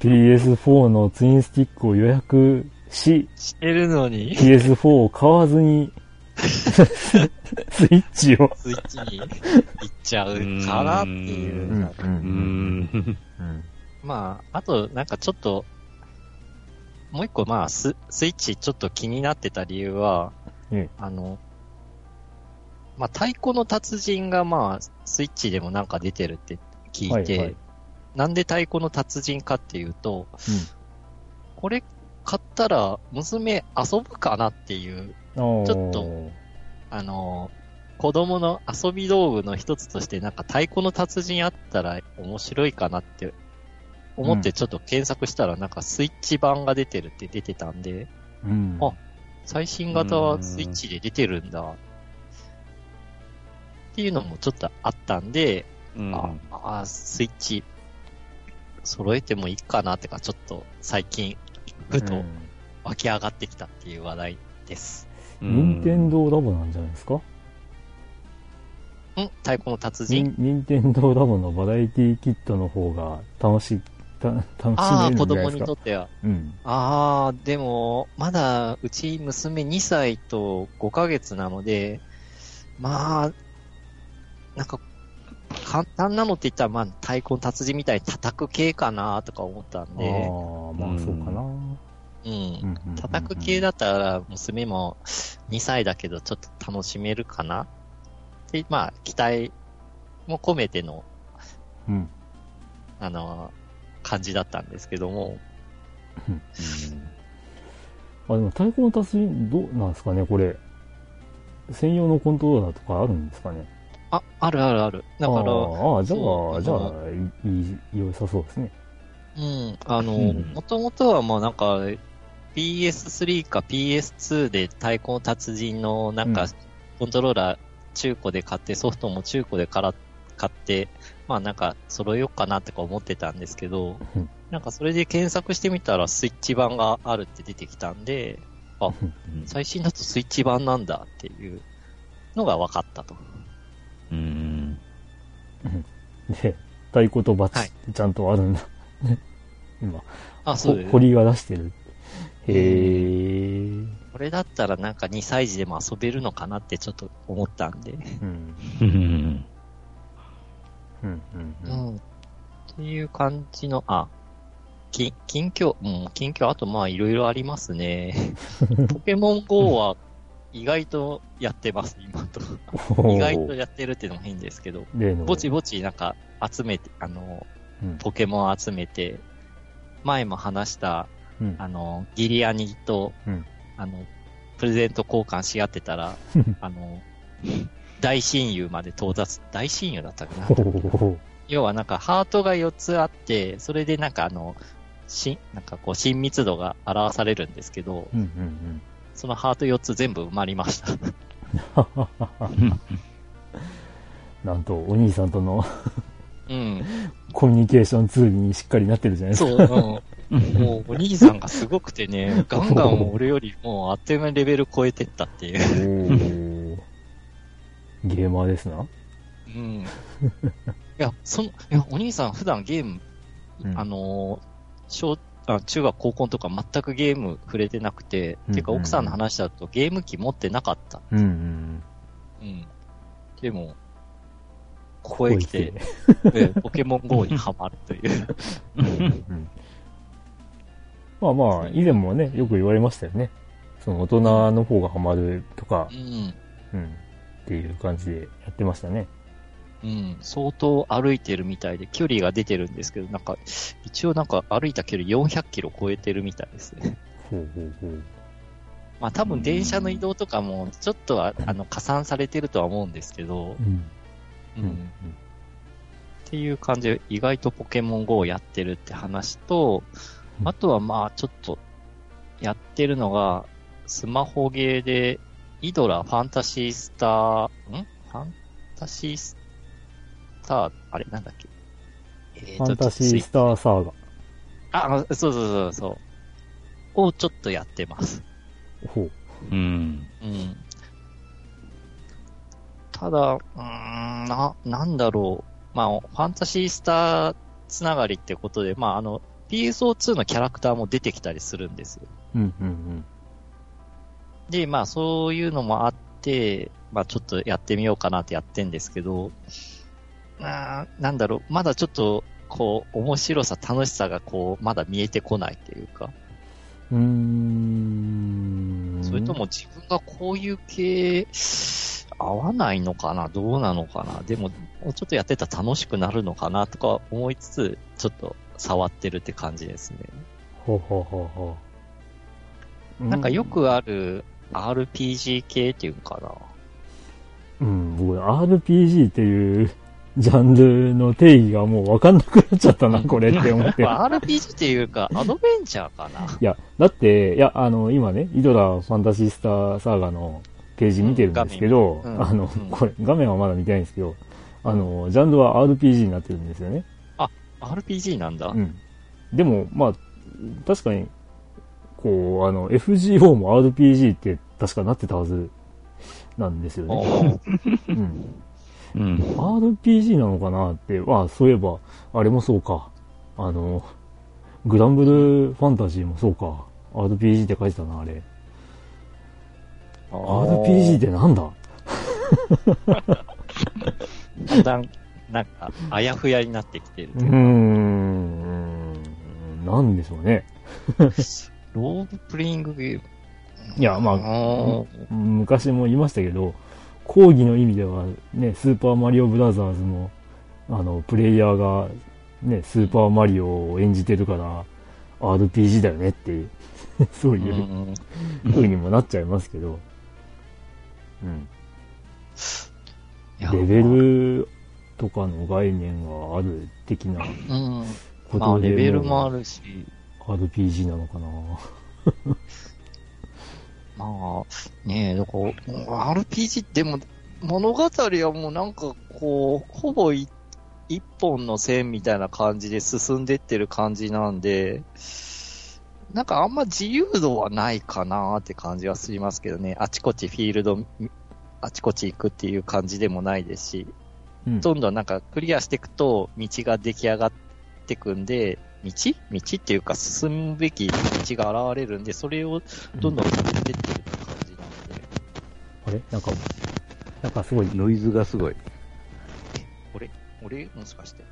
Speaker 3: PS4 のツインスティックを予約し、
Speaker 1: してるのに、
Speaker 3: PS4 を買わずに、スイッチを。
Speaker 1: スイッチに行っちゃうからっていう。
Speaker 2: うんうーん。
Speaker 3: うん。
Speaker 1: まあ、あと、なんかちょっと、もう一個、まあス、スイッチちょっと気になってた理由は、
Speaker 3: ええ
Speaker 1: あの、まあ、太鼓の達人が、まあ、スイッチでもなんか出てるって聞い
Speaker 3: は
Speaker 1: て、
Speaker 3: いはい
Speaker 1: なんで太鼓の達人かっていうと、これ買ったら娘遊ぶかなっていう、
Speaker 3: ちょ
Speaker 1: ちょっとあの、子供の遊び道具の一つとして、なんか太鼓の達人あったら面白いかなって思ってちょっと検索したら、なんかスイッチ版が出てるって出てたんで、
Speaker 3: うん。
Speaker 1: あ最新型はスイッチで出てるんだ。っていうのもちょっとあったんで、
Speaker 2: うん
Speaker 1: ああ、スイッチ揃えてもいいかなってか、ちょっと最近、ふ
Speaker 3: う
Speaker 1: と
Speaker 3: ん
Speaker 1: 湧き上がってきたっていう話題です。
Speaker 3: 任天堂ラボなんじゃないですか
Speaker 1: ん太鼓の達人
Speaker 3: 任任天堂ラボのバラエティキットの方が楽しい、た楽し
Speaker 1: あ
Speaker 3: め
Speaker 1: あ、
Speaker 3: る
Speaker 1: 子
Speaker 3: んじゃない
Speaker 1: 供
Speaker 3: で
Speaker 1: に
Speaker 3: す
Speaker 1: と
Speaker 3: か。
Speaker 1: っては。
Speaker 3: うん。
Speaker 1: ああ、でも、まだ、うち娘2歳と5ヶ月なので、まあ、なんか、簡単なのって言ったら、まあ、太鼓の達人みたいに叩く系かなとか思ったん
Speaker 3: ああ
Speaker 1: で、
Speaker 3: ー、まあそうかな。
Speaker 1: う。
Speaker 3: うんんうんうん
Speaker 1: 叩く系だったら、娘も2歳だけど、ちょっと楽しめるかなって、まあ、期待も込めての、
Speaker 3: うん。
Speaker 1: あの、感じだったんですけども、
Speaker 3: あ、でも太鼓の達人、どうなんですかね、これ。専用のコントローラーとかあるんですかね。
Speaker 1: あ、あるあるある。だか
Speaker 3: あ
Speaker 1: ら、
Speaker 3: ーあー、じゃ
Speaker 1: そ
Speaker 3: あ、
Speaker 1: う
Speaker 3: じゃあ、いい、良さそうですね。
Speaker 1: うん、あの、
Speaker 2: うん
Speaker 1: もともとはもうなんか、PS3 か PS2 で太鼓の達人のなん
Speaker 3: う
Speaker 1: か
Speaker 3: ん、
Speaker 1: コントローラー中古で買って、ソフトも中古でから買って、まあなんか揃えようかなとか思ってたんですけど
Speaker 3: うん、
Speaker 1: なんかそれで検索してみたらスイッチ版があるって出てきたんで、あ、最新だとスイッチ版なんだっていうのが分かったと。
Speaker 2: うん。
Speaker 3: で、太鼓とバチ
Speaker 1: はい
Speaker 3: ってちゃんとあるんだ。 今、
Speaker 1: あ、そうです。
Speaker 3: 堀が出してる。へえ。
Speaker 1: これだったらなんか2歳児でも遊べるのかなってちょっと思ったんで。
Speaker 3: うん。
Speaker 2: うん。
Speaker 3: うん。うん。
Speaker 1: う
Speaker 3: うん
Speaker 1: ん。っていう感じの、あ、き近況、うん、近況、あとまあいろいろありま すね。ポケモン GO は意外とやってます、今と。意外とやってるっていうのも変ですけど、
Speaker 3: 例の。
Speaker 1: ぼちぼちなんか集めて、あの、
Speaker 3: うん
Speaker 1: ポケモン集めて、前も話した、
Speaker 3: うん
Speaker 1: あの、ギリアニと、
Speaker 3: うん
Speaker 1: あの、プレゼント交換し合ってたら、あの、大親友まで到達、大親友だったかな
Speaker 3: ほ。うほうほう
Speaker 1: 要はなんかハートが4つあって、それでなんかあの、し、なんかこう親密度が表されるんですけど、
Speaker 3: うんうんうん。
Speaker 1: そのハート4つ全部埋まりました。
Speaker 3: なんと、お兄さんとの
Speaker 1: うん。
Speaker 3: コミュニケーションツールにしっかりなってるじゃないです
Speaker 1: そう、 うん。もうお兄さんがすごくてね、ガンガン俺よりもうあっという間にレベル超えてったっていう。
Speaker 3: か。おゲーマーですな。
Speaker 1: うん。いや、その、いや、お兄さん普段ゲーム、
Speaker 3: うん
Speaker 1: あのー小、あ中学高校とか全くゲーム触れてなくて、
Speaker 3: うん
Speaker 1: てか奥さんの話だとゲーム機持ってなかった。
Speaker 3: うんうん。
Speaker 1: うん。でも、ここへ来て、ええポケモン GO にハマるという。
Speaker 3: うんまあまあ、以前もね、よく言われましたよね。その大人の方がハマるとか
Speaker 1: う、ん。
Speaker 3: うん、っていう感じでやってましたね。
Speaker 1: うん。相当歩いてるみたいで、距離が出てるんですけど、なんか、一応なんか歩いた距離400キロ超えてるみたいですね。
Speaker 3: ほうほうほう。
Speaker 1: まあ多分電車の移動とかも、ちょっとは、あの、加算されてるとは思うんですけど、
Speaker 3: うん。
Speaker 1: うんっていう感じで、意外とポケモン GO をやってるって話と、
Speaker 3: うん
Speaker 1: あとはまあちょっと、やってるのが、スマホゲーで、イドラ、ファンタシースター、んファンタシースター、あれなんだっけえ
Speaker 3: ファンタシース
Speaker 1: ー
Speaker 3: ターサーガ。
Speaker 1: あ、あのそうそうそうそう。をちょっとやってます。
Speaker 3: ほう。
Speaker 2: うん。
Speaker 1: うんただ、うーん、な、なんだろう。まあ、ファンタシースターつながりってことで、まあ、あの、PSO2 のキャラクターも出てきたりするんですよ。
Speaker 3: うんうん
Speaker 1: で、まあ、そういうのもあって、まあ、ちょっとやってみようかなってやってんですけど、うーんなんだろう。まだちょっと、こう、面白さ、楽しさが、こう、まだ見えてこないっていうか。
Speaker 3: うん。うーん。
Speaker 1: それとも自分がこういう系、合わないのかなどうなのかなでも、ちょっとやってたら楽しくなるのかなとか思いつつ、ちょっと触ってるって感じですね。
Speaker 3: ほうほうほうほう。
Speaker 1: なんかよ、くある RPG 系っていうのかな
Speaker 3: うん、僕、RPG っていうジャンルの定義がもうわかんなくなっちゃったな、 これって思って。
Speaker 1: まあ RPG っていうか、アドベンチャーかな。
Speaker 3: いや、だって、いや、あの、今ね、イドラファンタシースターサーガのページ見てるんですけど、
Speaker 1: うん画面うん
Speaker 3: あの、
Speaker 1: うん
Speaker 3: これ、画面はまだ見てないんですけど、あの、ジャンルは RPG になってるんですよね。
Speaker 1: RPG なんだ。
Speaker 3: うん。でも、まあ、確かに、こう、あの、FGO も RPG って確かなってたはずなんですよね。
Speaker 1: おー
Speaker 3: うん。
Speaker 2: うん。
Speaker 3: RPG なのかなって、まあ、そういえば、あれもそうか。あの、グランブルファンタジーもそうか。RPG って書いてたな、あれ。RPG ってなんだ
Speaker 1: だんだん、なんか、あやふやになってきてる
Speaker 3: う。ーん、なんでしょうね。
Speaker 1: ローブプレイングゲーム。
Speaker 3: いや、まあ、
Speaker 1: あ
Speaker 3: 昔も言いましたけど、講義の意味では、ね、スーパーマリオブラザーズも、あの、プレイヤーが、ね、スーパーマリオを演じてるから、RPG だよねって、そう
Speaker 1: ー
Speaker 3: いううん風にもなっちゃいますけど、うん。
Speaker 1: いや
Speaker 3: レベルとかの概念がある的な
Speaker 1: うん。
Speaker 3: ことで、
Speaker 1: まあ、レベルもあるし、
Speaker 3: RPG なのかな
Speaker 1: まあ、ねえ、だから、RPG でも、物語はもうなんかこう、ほぼい一本の線みたいな感じで進んでってる感じなんで、なんかあんま自由度はないかなって感じはしますけどね。あちこちフィールド、あちこち行くっていう感じでもないですし、
Speaker 3: うん
Speaker 1: どんどんなんかクリアしていくと道が出来上がってくんで、道道っていうか進むべき道が現れるんで、それをどんどん進めてってるって感じなんで、
Speaker 3: あれなんか、なんかすごい、
Speaker 2: ノイズがすごい。
Speaker 1: 俺、もしかして、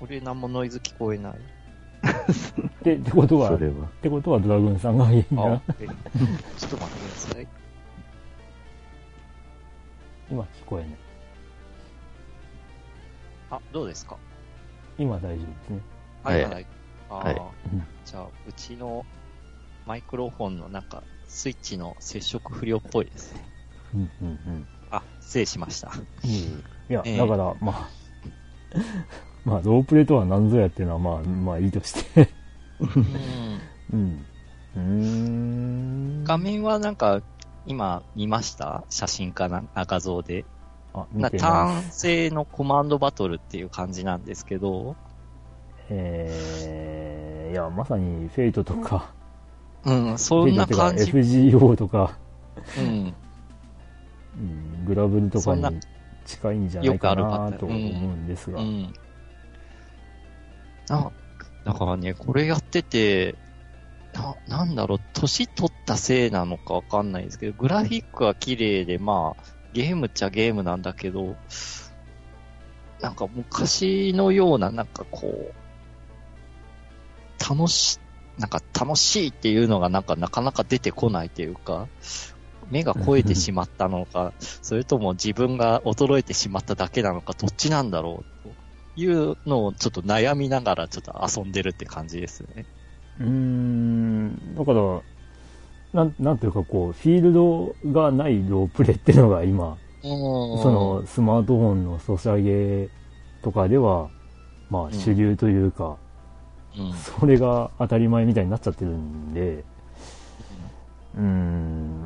Speaker 1: 俺何もノイズ聞こえない。
Speaker 3: で、ってことは、
Speaker 2: そ
Speaker 3: っ
Speaker 2: れは。
Speaker 3: てことはドラグーンさんが原因だな。
Speaker 1: えちょっと待ってください。
Speaker 3: 今聞こえない。
Speaker 1: あ、どうですか
Speaker 3: 今大丈夫ですね。
Speaker 2: はい
Speaker 1: はい。あー
Speaker 2: はい
Speaker 3: うん
Speaker 1: じゃあ、うちのマイクロフォンのなんか、スイッチの接触不良っぽいですね。
Speaker 3: うんうんうん。
Speaker 1: あ、失礼しました。
Speaker 3: いや、
Speaker 1: ええ
Speaker 3: だから、まあ、 まあ、ロープレとは何ぞやっていうのは、まあ、まあいいとして。
Speaker 1: うん
Speaker 3: うん。うーん。
Speaker 1: 画面はなんか、今見ました写真かなあ画像で。
Speaker 3: あ、見
Speaker 1: な
Speaker 3: て
Speaker 1: タ
Speaker 3: ま
Speaker 1: ーン制のコマンドバトルっていう感じなんですけど、
Speaker 3: す。えー、いや、まさに、フェイトとか、
Speaker 1: うん、そんな
Speaker 3: フェ
Speaker 1: 感
Speaker 3: イト
Speaker 1: じ
Speaker 3: と。いうか FGO とか、
Speaker 1: うん。
Speaker 3: うん、グラブルとか
Speaker 1: そん
Speaker 3: に
Speaker 1: な
Speaker 3: 近いんじゃないか
Speaker 1: よくあるパタ
Speaker 3: な
Speaker 1: ーン
Speaker 3: と思うんですが。
Speaker 1: う
Speaker 3: うん
Speaker 1: ん。な、だからね、これやってて、な、なんだろう、年取ったせいなのかわかんないですけど、グラフィックは綺麗で、まあ、ゲームっちゃゲームなんだけど、なんか昔のような、なんかこう、楽し、なんか楽しいっていうのがなんかなかなか出てこないというか、目が肥えてしまったのか、それとも自分が衰えてしまっただけなのか、どっちなんだろうというのをちょっと悩みながらちょっと遊んでるって感じですね。
Speaker 3: ーん、だから、なん、なんていうかこう、フィールドがないロープレっていうのが今、
Speaker 1: そ
Speaker 3: そ、のスマートフォンのソシャゲとかでは、まあ
Speaker 1: ん
Speaker 3: 主流というか、
Speaker 1: うん
Speaker 3: それが当たり前みたいになっちゃってるんで、うーん、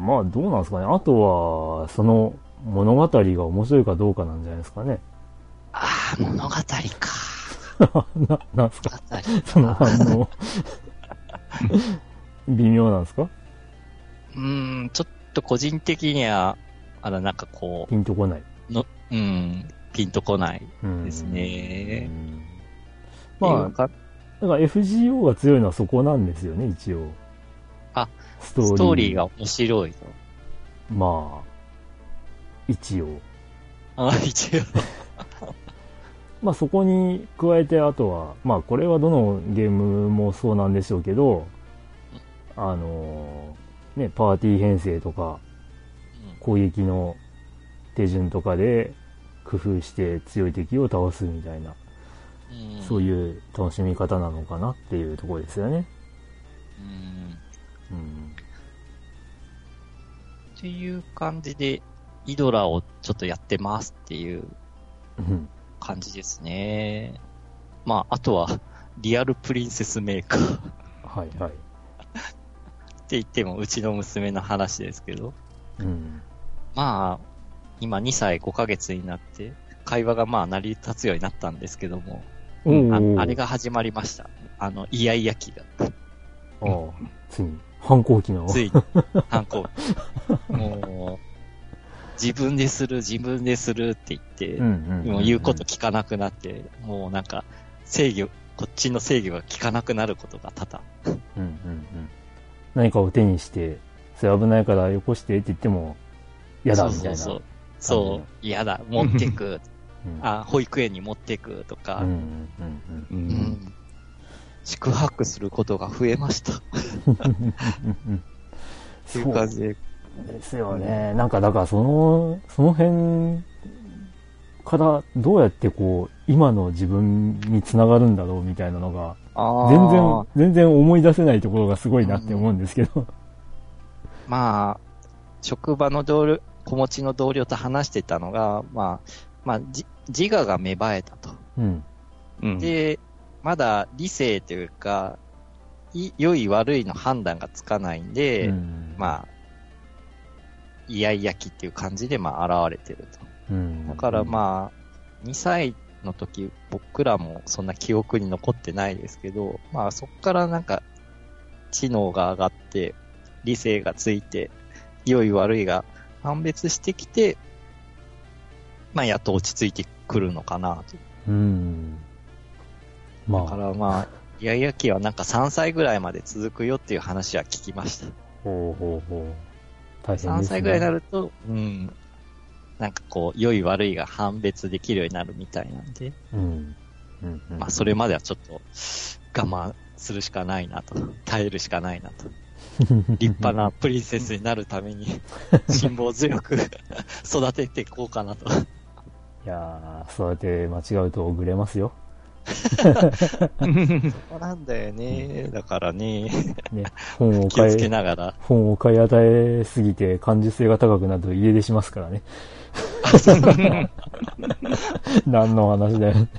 Speaker 3: まあどうなんですかね。あとは、その物語が面白いかどうかなんじゃないですかね。
Speaker 1: ああ、物語か。
Speaker 3: な、なんすか
Speaker 1: 物語。
Speaker 3: その反 応。微妙なんですか
Speaker 1: うーん、ちょっと個人的には、あら、なんかこ
Speaker 3: ピンとこない。
Speaker 1: う、うん、ピンとこない
Speaker 3: うん
Speaker 1: です。ね。
Speaker 3: うん
Speaker 1: ま
Speaker 3: ま
Speaker 1: あ、
Speaker 3: あ、だから FGO が強いのはそこなんですよね、一応。
Speaker 1: あ、
Speaker 3: ス
Speaker 1: ストーリー。が面白いと。
Speaker 3: まあ、一応。
Speaker 1: あ一応。
Speaker 3: まあそこに加えて、あとは、まあこれはどのゲームもそうなんでしょうけど、あのーね、パーティー編成とか、攻撃の手順とかで工夫して強い敵を倒すみたいな、
Speaker 1: うん
Speaker 3: そういう楽しみ方なのかなっていうところですよね。
Speaker 1: うん。
Speaker 3: うん。
Speaker 1: っていう感じで、イドラをちょっとやってますっていう
Speaker 3: うん
Speaker 1: 感じですね。まあ、あとは、リアルプリンセスメーカーって
Speaker 3: はいはい。
Speaker 1: 言っても、うちの娘の話ですけど、
Speaker 3: うん。
Speaker 1: まあ、今2歳5ヶ月になって、会話がまあ成り立つようになったんですけども、
Speaker 3: うん
Speaker 1: ああれ。が始まりました。あの、イヤイヤ期が。
Speaker 3: ああ、ついに、反抗期の。
Speaker 1: ついに、反抗期。もう、自分でする、自分でするって言って、
Speaker 3: ん
Speaker 1: もう言うこと聞かなくなって、もうなんか、制御、こっちの制御が効かなくなることが多々。
Speaker 3: うんうんうん。何かを手にして、それ危ないからよこしてって言っても、嫌だみたいな。
Speaker 1: そうそうそう。そう、嫌だ、持ってく。
Speaker 3: うん
Speaker 1: あ、保育園に持ってくとか
Speaker 3: うん、うんうん
Speaker 2: う。
Speaker 1: うんん。宿泊することが増えました。
Speaker 3: うんうん。
Speaker 1: っていう感じで。
Speaker 3: そうですよね。なんかだからその、その辺からどうやってこう、今の自分につながるんだろうみたいなのが、
Speaker 1: あ
Speaker 3: 全然、全然思い出せないところがすごいなって思うんですけど。
Speaker 1: まあ、職場の同僚、子持ちの同僚と話してたのが、まあ、まあ、じ自我が芽生えたと。
Speaker 3: うん。
Speaker 2: うん。
Speaker 1: で、まだ理性というか、い良い悪いの判断がつかないんで、
Speaker 3: うん
Speaker 1: まあ、イヤイヤ期っていう感じで、まあ、現れてると。
Speaker 3: うん
Speaker 1: だからまあ、2歳の時、僕らもそんな記憶に残ってないですけど、まあそこからなんか、知能が上がって、理性がついて、良い悪いが判別してきて、まあやっと落ち着いてくるのかなと。
Speaker 3: うん。まあ、
Speaker 1: だからまあ、イヤイヤ期はなんか3歳ぐらいまで続くよっていう話は聞きました。
Speaker 3: ほうほうほう。大変です、ね。
Speaker 1: 3歳ぐらいになると、うん。なんかこう、良い悪いが判別できるようになるみたいなんで、
Speaker 3: うん。うん、うん。
Speaker 1: まあ、それまではちょっと我慢するしかないなと。耐えるしかないなと。立派なプリンセスになるために、辛抱強く 育てていこうかなと。
Speaker 3: いやー、そうやって間違うとぐれます よ。
Speaker 1: そうなんだよね。だからね、
Speaker 3: ね。本を
Speaker 1: 気を
Speaker 3: 買
Speaker 1: つけ
Speaker 3: い、
Speaker 1: ながら。
Speaker 3: 本を買い与えすぎて感受性が高くなると家出しますから ね。何の話だよ。
Speaker 1: っ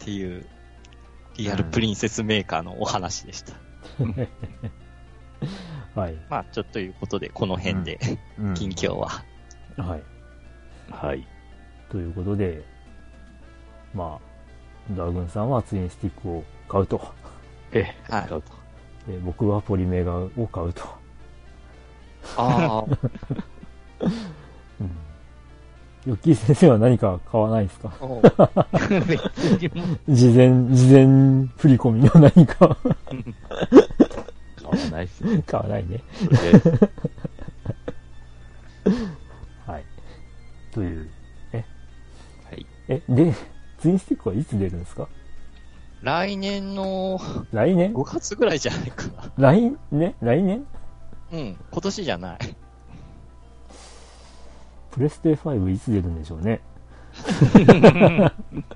Speaker 1: ていう、リアルプリンセスメーカーのお話でした。
Speaker 3: はい。
Speaker 1: まあ、ちょっということで、この辺で、
Speaker 3: うん
Speaker 1: 近況は。
Speaker 3: はい。
Speaker 2: はい。
Speaker 3: ということで、まあ、ドラグンさんはツインスティックを買うと。
Speaker 2: ええ、
Speaker 1: はい
Speaker 2: 買うと
Speaker 3: で僕はポリメガを買うと。
Speaker 1: あ あ、
Speaker 3: うん。ヨッキー先生は何か買わないですか
Speaker 1: もう
Speaker 2: 別にもう
Speaker 3: 事前、事前振り込みの何か
Speaker 2: 買わないっすね。
Speaker 3: 買わないね。
Speaker 2: それで
Speaker 3: はい。という。
Speaker 2: はい。
Speaker 3: え、で、ツインスティックはいつ出るんですか
Speaker 1: 来年の
Speaker 3: 来年
Speaker 1: 5月ぐらいじゃないかな。
Speaker 3: 来年来年
Speaker 1: うん、今年じゃない。
Speaker 3: プレステ5いつ出るんでしょうね。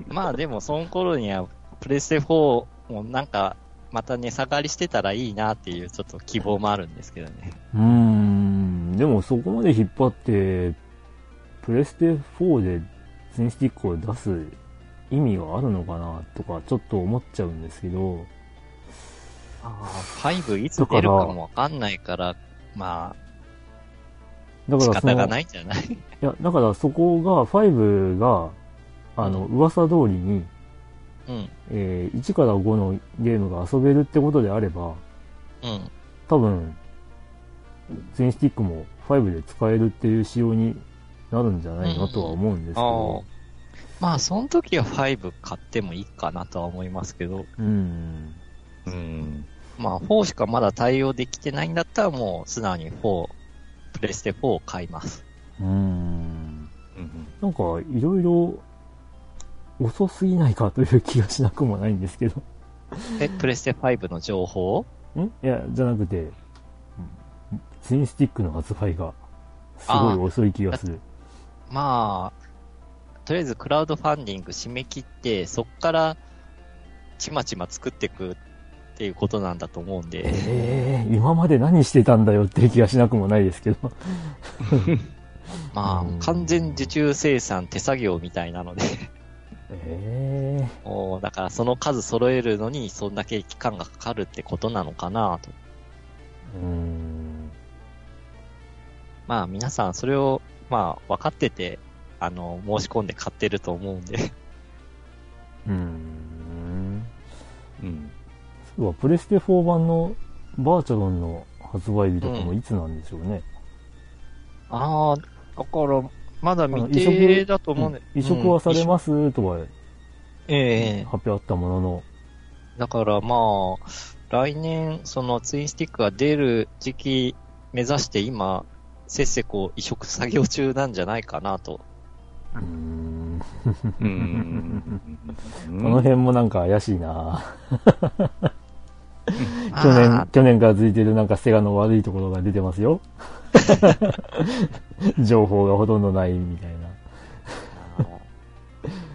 Speaker 1: まあでも、その頃には、プレステ4もなんか、また値下がりしてたらいいなっていうちょっと希望もあるんですけどね。
Speaker 3: うーん、でもそこまで引っ張って、プレステ4でツインスティックを出す意味があるのかなとかちょっと思っちゃうんですけど、
Speaker 1: 5いつ出るかもわかんないから、ま
Speaker 3: だ
Speaker 1: あ、
Speaker 3: か
Speaker 1: 仕
Speaker 3: らその
Speaker 1: 方がないんじゃない
Speaker 3: いや、だからそこが、5が、あの、噂通りに、
Speaker 1: うん。
Speaker 3: えー1から5のゲームが遊べるってことであれば、
Speaker 1: うん。
Speaker 3: 多分、ツインスティックも5で使えるっていう仕様になるんじゃないのとは思うんですけ
Speaker 1: ああ
Speaker 3: ど、。
Speaker 1: まあ、その時は5買ってもいいかなとは思いますけど、
Speaker 3: うん。
Speaker 1: うん。まあ、4しかまだ対応できてないんだったら、もう素直に4、プレステ4を買います。
Speaker 3: うん。
Speaker 1: うん。
Speaker 3: なんか、いろいろ、遅すぎないかという気がしなくもないんですけど。
Speaker 1: え、プレステ5の情報
Speaker 3: んいや、じゃなくて、ツインスティックの発売が、すごい遅い気がする。
Speaker 1: まあ、とりあえずクラウドファンディング締め切って、そっからちまちま作っていくっていうことなんだと思うんで、
Speaker 3: ええ今まで何してたんだよっていう気がしなくもないですけど。
Speaker 1: ま
Speaker 3: うん
Speaker 1: あ、完全受注生産手作業みたいなので、
Speaker 3: ええ
Speaker 1: もうだからその数揃えるのにそんだけ期間がかかるってことなのかなと。
Speaker 3: うーん。
Speaker 1: まあ皆さんそれを、まあ分かってて、あの、申し込んで買ってると思うんで、
Speaker 3: うーん。
Speaker 2: うん。
Speaker 3: そうはプレステ4版のバーチャロンの発売日とかも
Speaker 1: うん
Speaker 3: いつなんでしょうね。
Speaker 1: ああ、だから、まだ
Speaker 3: 未
Speaker 1: 未
Speaker 3: 定
Speaker 1: 定だと思うんで。
Speaker 3: 移植はされますとは
Speaker 1: ええ
Speaker 3: 発表あったものの。
Speaker 1: だからまあ、来年、そのツインスティックが出る時期目指して今、せっせこう移植作業中なんじゃないかなと。
Speaker 3: うーん。
Speaker 2: うん
Speaker 3: この辺もなんか怪しいな
Speaker 1: 去
Speaker 3: 去年、去年から続いてるなんかセガの悪いところが出てます よ。情報がほとんどないみたいな。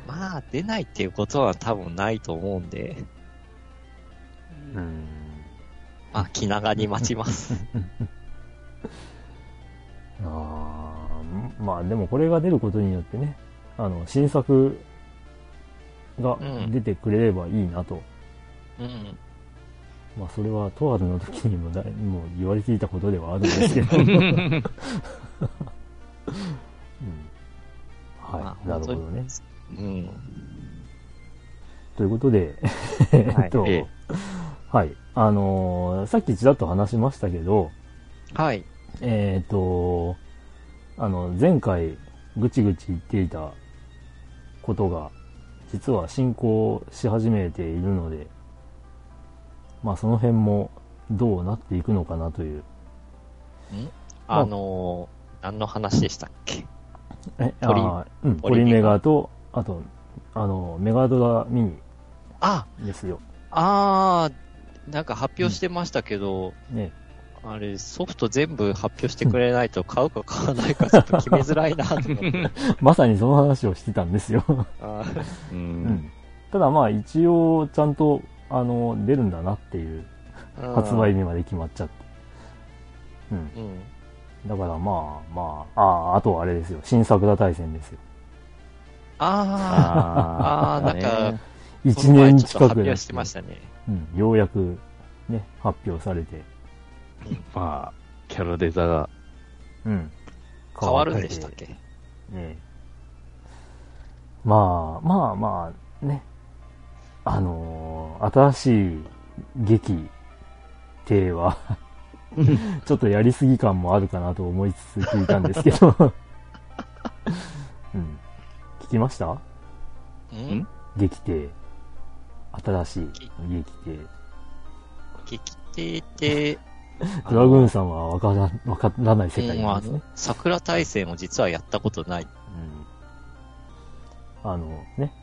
Speaker 1: まあ、出ないっていうことは多分ないと思うんで、
Speaker 3: うん。
Speaker 1: まあ、気長に待ち ます。
Speaker 3: あーまあでもこれが出ることによってねあの新作が
Speaker 1: うん
Speaker 3: 出てくれればいいなと、
Speaker 1: うん。
Speaker 3: まあそれはとあるの時にもだ もう言われていたことではあるんですけど、うんはい、
Speaker 1: まあ
Speaker 3: なるほどね
Speaker 1: うん。
Speaker 3: ということでえっと
Speaker 2: はいええ
Speaker 3: はいあのーさっきちらっと話しましたけど
Speaker 1: はい。
Speaker 3: えっ、とあの前回ぐちぐち言っていたことが実は進行し始めているのでまあその辺もどうなっていくのかなという
Speaker 1: あのー何の話でしたっけ
Speaker 3: え
Speaker 1: ポリ
Speaker 3: あーうん、ポ
Speaker 1: ポリ
Speaker 3: リ
Speaker 1: メガ
Speaker 3: メガとあとあのメガドラミニ
Speaker 1: あ、
Speaker 3: ですよ、
Speaker 1: あー、なんか発表してましたけど、
Speaker 3: ね、
Speaker 1: あれ、ソフト全部発表してくれないと買うか買わないかちょっと決めづらいなと思って。
Speaker 3: まさにその話をしてたんですよ、
Speaker 1: あー
Speaker 2: う
Speaker 3: うんん、ただまあ一応ちゃんとあの出るんだなっていう発売。日まで決まっちゃってうん
Speaker 1: うん。
Speaker 3: だからまあまあ、ああ、あとあれですよ。新作田大戦ですよ。
Speaker 2: あ
Speaker 1: ああーなん
Speaker 2: ね
Speaker 1: かあ、
Speaker 3: 1年
Speaker 1: ちょ
Speaker 3: 近
Speaker 1: っと発
Speaker 3: く
Speaker 1: 表してましたね。
Speaker 3: うん、ようやく、ね、発表されて。
Speaker 2: まあ、キャラデザが、
Speaker 3: うん。
Speaker 1: 変わるんでしたっけ
Speaker 3: ええまあまあまあ、ね。あのー新しい劇、系 は、ちょっとやりすぎ感もあるかなと思いつつ聞いたんですけど。 うん。聞きました
Speaker 1: うん
Speaker 3: 劇帝。新しい劇帝。
Speaker 1: 劇艇って、
Speaker 3: ドラグーンさんはわからんわからない世界
Speaker 1: うん
Speaker 3: なん
Speaker 1: あ
Speaker 3: です
Speaker 1: の
Speaker 3: ね。
Speaker 1: 桜大戦を実はやったことない。
Speaker 3: うん、あのね、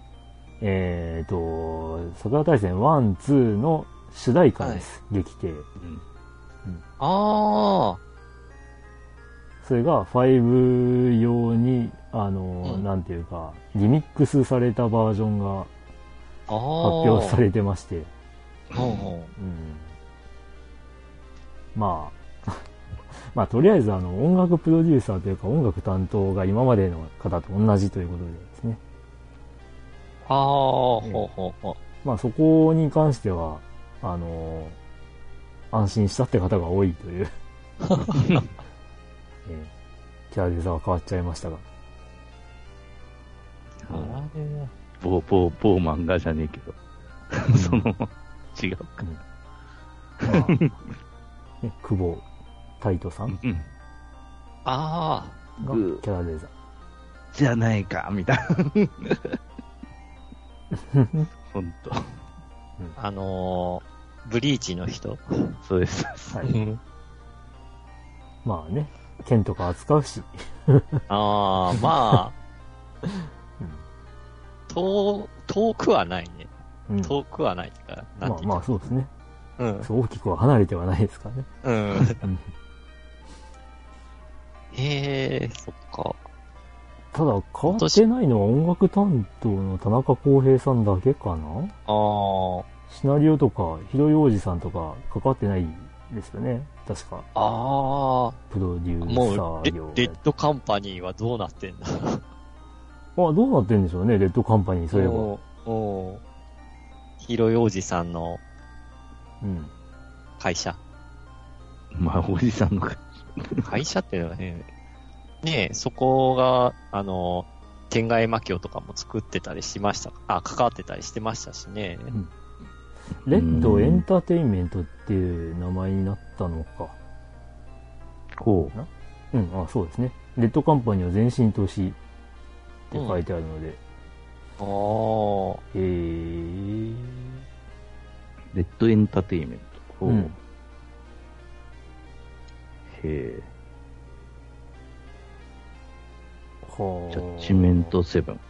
Speaker 3: えっ、と、桜大戦1、2の主題歌です、劇帝。
Speaker 2: うん
Speaker 1: ああ、
Speaker 3: それが5用に、あの、
Speaker 1: うん
Speaker 3: なんていうか、リミックスされたバージョンが
Speaker 1: ああ。
Speaker 3: 発表されてまして、
Speaker 1: ほうほ
Speaker 3: うんまあ、 まあとりあえずあの音楽プロデューサーというか音楽担当が今までの方と同じということでですね。
Speaker 1: う。ああ、ほうほうほう。
Speaker 3: まあそこに関しては、あの安心したって方が多いと いう、えーキャラデザは変わっちゃいましたが。
Speaker 1: あれは
Speaker 2: 某、某、某漫画じゃねえけど。 その、違うか。
Speaker 3: まあね久保海斗さん
Speaker 2: うん。
Speaker 1: あ
Speaker 3: が
Speaker 2: うん
Speaker 3: キャラデザ。
Speaker 2: じゃないか、みたいな。ほんと。
Speaker 1: あ、あのー、ブリーチの人。
Speaker 2: そうです。
Speaker 3: はいまあね、剣とか扱うし、
Speaker 1: ああ、ま
Speaker 3: うん
Speaker 1: あ、遠、遠くはないね。
Speaker 3: うん
Speaker 1: 遠くはないから。
Speaker 3: まあまあそうですね。
Speaker 1: あ、うん。
Speaker 3: そう大きくは離れてはないですからね。
Speaker 1: うん。
Speaker 3: うん
Speaker 1: へえ、そっか。
Speaker 3: ただ、変わってないのは音楽担当の田中康平さんだけかな
Speaker 1: ああ、
Speaker 3: シナリオとか、ひろいおじさんとか関わってないですよね。確か、
Speaker 1: ああ、
Speaker 3: プロデューサ
Speaker 1: もうレ
Speaker 3: ー業、
Speaker 1: レッドカンパニーはどうなってんだ
Speaker 3: まあ、どうなってんでしょうね、レッドカンパニー、そういえば。
Speaker 1: おうおうヒロヨおじさんの
Speaker 3: うん。
Speaker 1: 会社。
Speaker 2: まあ、おじさんの、
Speaker 1: 会社っていうのはね、ねえ、そこが、あの、天外魔境とかも作ってたりしました。あ、関わってたりしてましたしね。
Speaker 3: レッドエンターテインメントっていう名前になったのか。
Speaker 2: こう。
Speaker 3: うん、あ、そうですね。レッドカンパニーを前身とし、って書いてあるので、
Speaker 1: ああ、
Speaker 3: えー、
Speaker 2: レッドエンターテインメント。こう。
Speaker 3: うん
Speaker 2: へえ。
Speaker 3: はあ
Speaker 2: ジャッジメントセブン。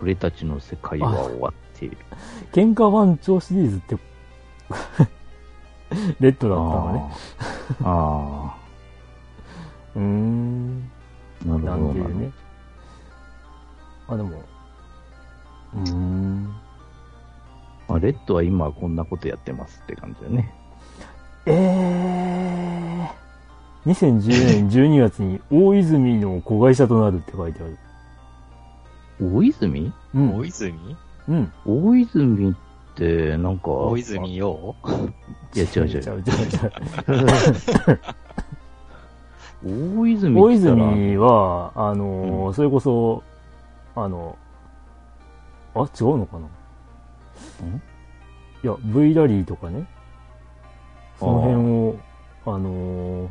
Speaker 2: 俺たちの世界は終わっている。
Speaker 3: 喧嘩番長シリーズって、 レッドだったのね。
Speaker 2: あーあ
Speaker 3: うーん。
Speaker 2: ー。なる
Speaker 3: な
Speaker 2: ほ
Speaker 3: ん
Speaker 2: ど
Speaker 3: てい
Speaker 2: な。
Speaker 3: うね。あ、でも、うーん。
Speaker 2: まあ、レッドは今こんなことやってますって感じだね。
Speaker 3: えー。2010年12月に大泉の子会社となるって書いてある。
Speaker 2: 大泉
Speaker 3: うん。
Speaker 1: 大泉
Speaker 3: うん。
Speaker 2: 大泉って、なんか、
Speaker 1: 大泉洋
Speaker 2: いや、違う違
Speaker 3: ちゃ
Speaker 2: う。
Speaker 3: うちゃうちゃう
Speaker 2: 大泉って言ったら
Speaker 3: 大泉は、あのーそれこそ、あの、あ、違うのかなうんいや、V ラリーとかね。その辺を、あのー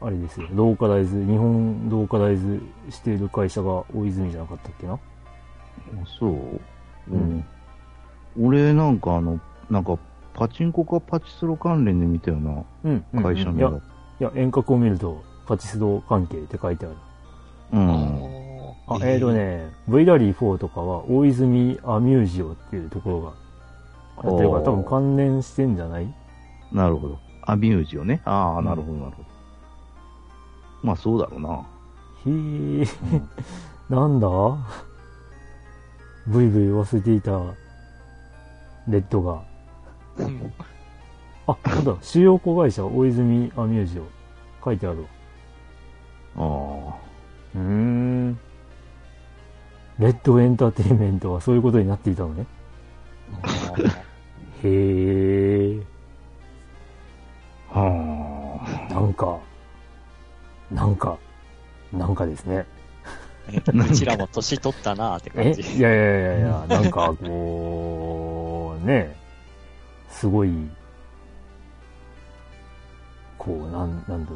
Speaker 3: あれですよ、ローカライズ、日本ローカライズしている会社が大泉じゃなかったっけな
Speaker 2: そう。う
Speaker 3: うんん。
Speaker 2: 俺、なんかあの、なんか、パチンコかパチスロ関連で見たよな、
Speaker 3: うん。うん
Speaker 2: 会社
Speaker 3: いや
Speaker 2: の。、
Speaker 3: いや、遠隔を見ると、パチスロ関係って書いてある。
Speaker 2: うん。
Speaker 3: あ、えーと。ね、V ラリー4とかは、大泉アミュージオっていうところがやってるから、多分関連してんじゃない
Speaker 2: なるほど。アミュージオね。ああ、なるほど、なるほど。まあ、そうだろうな。
Speaker 3: へえ、 なんだブイブイ忘れていた、レッドが。
Speaker 1: えーうん
Speaker 3: あ、なんだ、主要子会社、大泉アミュージオ。書いてあるわ。
Speaker 2: あ
Speaker 3: うーん。レッドエンターテインメントはそういうことになっていたのね。へえ、
Speaker 2: あ。はあ。
Speaker 3: なんか、なんか、なんかですね。
Speaker 1: うちらも年取ったなーって
Speaker 3: え
Speaker 1: 感じ。
Speaker 3: いやいやいやいや、なんかこう、ね、すごい、こう、なん、なんて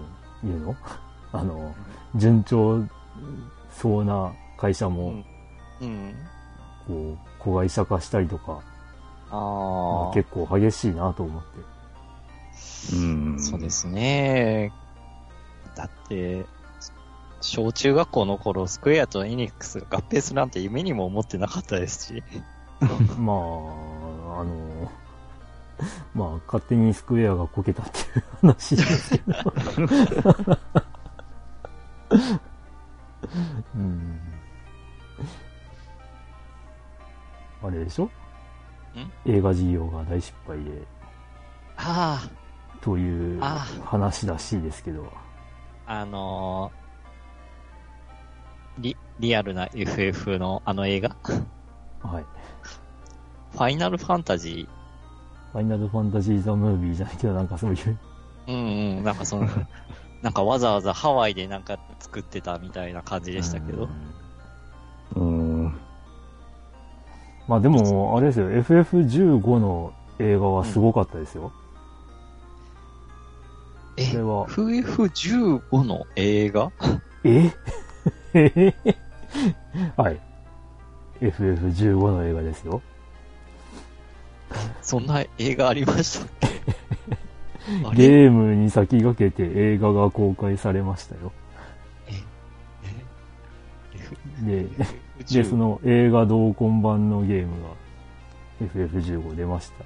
Speaker 3: いうの あの、順調そうな会社
Speaker 1: う
Speaker 3: も
Speaker 1: ん、。うん。
Speaker 3: こう、子会社化したりとか、ま
Speaker 1: あ
Speaker 3: あ
Speaker 1: あ。
Speaker 3: 結構激しいなと思って。
Speaker 2: うん。
Speaker 1: そうで。すね。だって、小中学校の頃、スクエアとエニックスが合併するなんて夢にも思ってなかったですし。
Speaker 3: まあ、あの、まあ、勝手にスクエアがこけたっていう話ですけど。 うん。あれでしょ映画事業が大失敗で、
Speaker 1: あ
Speaker 3: という
Speaker 1: あ
Speaker 3: 話らしいですけど、
Speaker 1: あ、あのーリ、リアルな FF のあの映画、 フ
Speaker 3: はい。
Speaker 1: ァイナルファンタジ
Speaker 3: ファイナルファンタジー・ザ・ムービーじゃないけど、なんかそういう、
Speaker 1: ー、うんうん、なんかその、 なんかわざわざハワイでなんか作ってたみたいな感じでしたけど、
Speaker 3: うん。うんまあでも、あれですよ、FF15 の映画はすごかったですよ。
Speaker 1: え
Speaker 3: これは、
Speaker 1: FF15 の映画
Speaker 3: え えはい。FF15 の映画ですよ。
Speaker 1: そんな映画ありましたっ けあれ
Speaker 3: ゲームに先駆けて映画が公開されましたよ。で、で、その映画同梱版のゲームが FF15 出ました。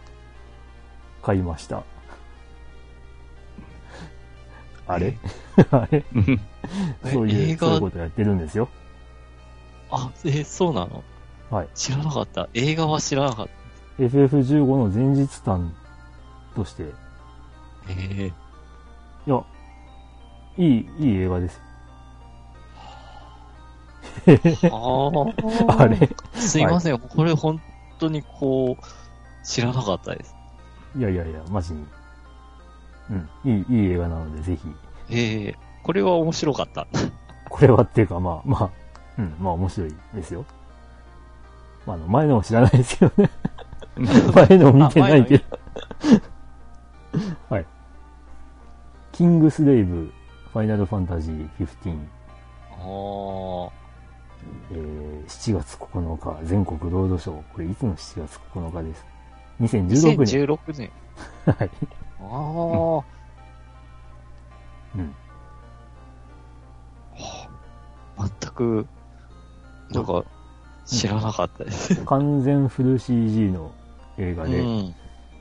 Speaker 3: 買いました。あれあれ
Speaker 1: え
Speaker 3: そうい
Speaker 1: 映
Speaker 3: う、そういう
Speaker 1: 画
Speaker 3: こ、とやってるんですよ。
Speaker 1: あ、え、そうなの
Speaker 3: はい。
Speaker 1: 知らなかった。映画は知らなかっ
Speaker 3: FF15 の前日譚として、い
Speaker 1: た。 ええ
Speaker 3: や、いい、いい映画です。
Speaker 1: ああ。
Speaker 3: あれ
Speaker 1: すいません、これ本当にこう、知らなかったです。
Speaker 3: いやいやいや、マジに。うん、いい、いい映画なので、ぜひ。
Speaker 1: ええこれは面白かった。
Speaker 3: これはっていうか、まあ、まあ、うん、まあ面白いですよ。まあ、あの、前のも知らないですけど ね。前の見てないけど。はい。キングスレイブ、ファイナルファンタジー15、
Speaker 1: あ
Speaker 3: えー、7月9日、全国ロードショー。これ、いつの7月9日です。
Speaker 1: あ。
Speaker 3: 2016年。
Speaker 1: 2016年。
Speaker 3: はい。
Speaker 1: ああ。
Speaker 3: うん。
Speaker 1: 全く、なんか、知らなかったです。
Speaker 3: 完全フル CG の映画
Speaker 1: う
Speaker 3: で、
Speaker 1: ん。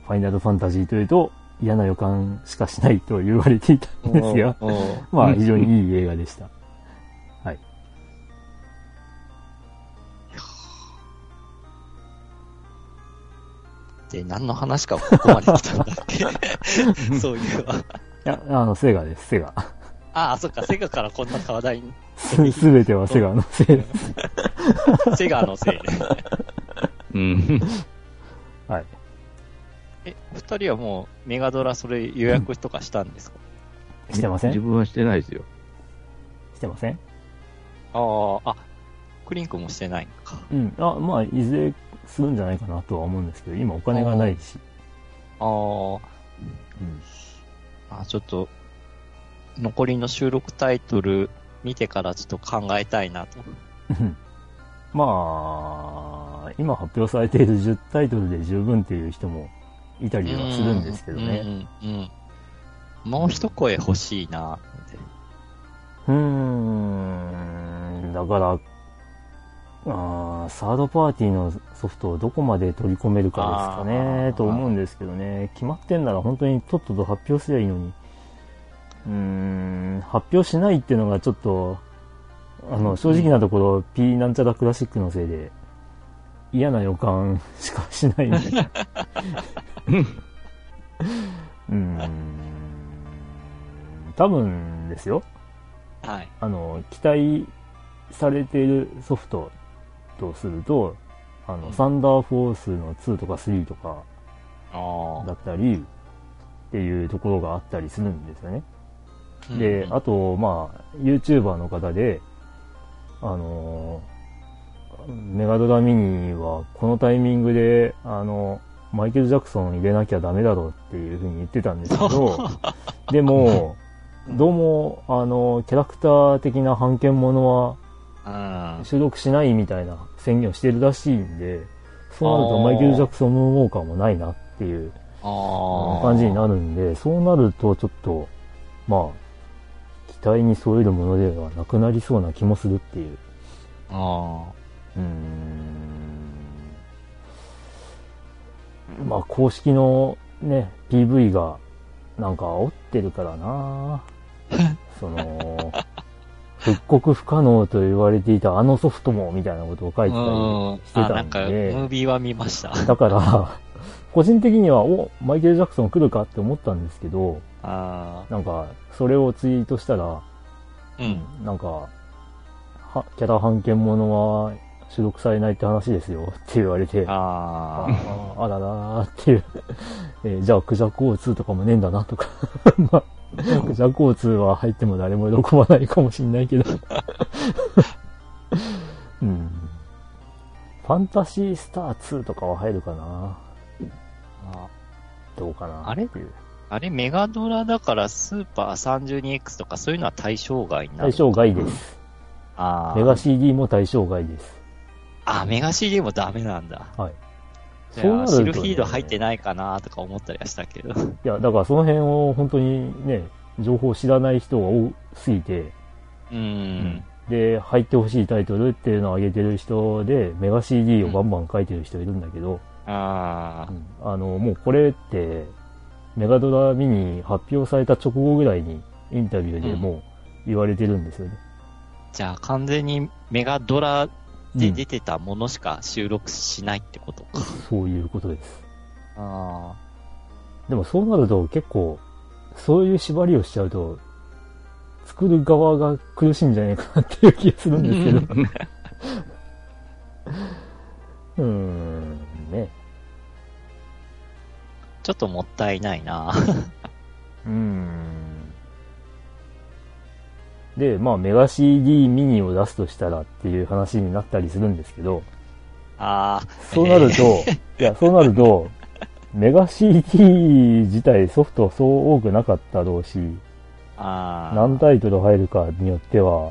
Speaker 3: ファイナルファンタジーというと、嫌な予感しかしないと言われていたんですが、
Speaker 1: うんうん
Speaker 3: まあ、非常にいい映画でした。はい。
Speaker 1: で、何の話かここまで来たんだっ けそういうのは。
Speaker 3: いや、あの、セガです、セガ。
Speaker 1: ああ、そっか、セガからこんな話題に。
Speaker 3: す、すべてはセガのせいです。
Speaker 1: セガのせいで。
Speaker 2: うん。
Speaker 3: はい。
Speaker 1: え、お二人はもう、メガドラそれ予約とかしたんですか、
Speaker 3: してません
Speaker 2: 自
Speaker 3: し
Speaker 2: 分はしてないですよ。
Speaker 3: てません
Speaker 1: ああ、あ、クリンクもしてないんか。
Speaker 3: うん。あ、まあ、いずれするんじゃないかなとは思うんですけど、今お金がないし。
Speaker 1: あ
Speaker 3: うん。
Speaker 1: あ、あちょっと、残りの収録タイトル見てからちょっと考えたいなと。
Speaker 3: うんまあ、今発表されている10タイトルで十分っていう人もいたりはするんですけどね。
Speaker 1: うん。うんうん。もう一声欲しいな。
Speaker 3: うーん、だから、あーサードパーティーのソフトをどこまで取り込めるかですか
Speaker 1: あー
Speaker 3: ね、と思うんですけどね。決まってんなら本当にとっとと発表すりゃいいのに。うーん、発表しないっていうのがちょっと、あの、正直なところ、P なんちゃらクラシックのせいで、嫌な予感しかしないんで。 うーん、多分ですよ。
Speaker 1: はい。
Speaker 3: あの、期待されているソフトとすると、あの、
Speaker 1: うん
Speaker 3: サンダーフォースの2とか3とか
Speaker 1: あ
Speaker 3: だったり、っていうところがあったりするんですよね。
Speaker 1: あ。
Speaker 3: で
Speaker 1: う、ん
Speaker 3: あと、まあ、YouTuber の方で、あのー、メガドラミニはこのタイミングで、あの、マイケル・ジャクソン入れなきゃダメだろうっていう風に言ってたんですけ ど、でも、どうも、あの、キャラクター的な版権ものは
Speaker 1: うん。
Speaker 3: 収録しないみたいな宣言をしてるらしいんで、そうなる
Speaker 1: あ
Speaker 3: と
Speaker 1: ー
Speaker 3: マイケル・ジャクソン・ムーンウォーカーもないなっていう
Speaker 1: ああ。
Speaker 3: 感じになるんで、そうなるとちょっと、まあ、期待に添えるものではなくなりそうな気もするっていう。
Speaker 1: あ
Speaker 3: うーん。まあ、公式のね、PV が、なんか煽ってるからなその、復刻不可能と言われていたあのソフトも、みたいなことを書いてた
Speaker 1: うん
Speaker 3: りして
Speaker 1: あ、
Speaker 3: た
Speaker 1: なんん
Speaker 3: で
Speaker 1: か、ム、ービーは見ました。
Speaker 3: だから、 個人的には、お、マイケル・ジャクソン来るかって思ったんですけど、
Speaker 1: あ
Speaker 3: なんか、それをツイートしたら、
Speaker 1: ーうん。
Speaker 3: なんか、はキャラ版権者は収録されないって話ですよって言われて、あ
Speaker 1: ああ。
Speaker 3: ああららーっていう、 えーじゃあ、クジャコー2とかもねえんだなとか、 まあ、クジャコー2は入っても誰も喜ばないかもしんないけど、 うん。ファンタシースター2とかは入るかな
Speaker 1: あ
Speaker 3: どうかな
Speaker 1: あれ
Speaker 3: っていう。
Speaker 1: あれ、メガドラだからスーパー 32X とかそういうのは対象外になる
Speaker 3: 対象外です。
Speaker 1: あ
Speaker 3: メガ CD も対象外です。
Speaker 1: あ、メガ CD もダメなんだ。
Speaker 3: はい。
Speaker 1: じゃあ、
Speaker 3: そうな
Speaker 1: シ
Speaker 3: る
Speaker 1: ル
Speaker 3: と
Speaker 1: フ
Speaker 3: ね
Speaker 1: ィード入ってないかなとか思ったりはした けど。
Speaker 3: いや、だからその辺を本当にね、情報を知らない人が多すぎて、
Speaker 1: うん。
Speaker 3: で、入ってほしいタイトルっていうのを上げてる人で、メガ CD をバンバン書いてる人いるんだけど、
Speaker 1: あ
Speaker 3: うんあの、もうこれって、メガドラミに発表された直後ぐらいにインタビューでもう言われてるんですよね。
Speaker 1: あ。じゃあ、完全にメガドラ
Speaker 3: う
Speaker 1: で
Speaker 3: ん
Speaker 1: 出てたものしか収録しないってことか。
Speaker 3: そういうことです。
Speaker 1: あ
Speaker 3: でもそうなると結構、そういう縛りをしちゃうと、作る側が苦しいんじゃないかなっていう気がするんですけど。うーん、ね。
Speaker 1: あ。ちょっともったいない な。
Speaker 3: うーん。で、まあ、メガ CD ミニを出すとしたらっていう話になったりするんですけど、
Speaker 1: ああ。
Speaker 3: そうなると、 いや、そうなると、メガ CD 自体ソフトそう多くなかったろうし、
Speaker 1: ああ。
Speaker 3: 何タイトル入るかによっては、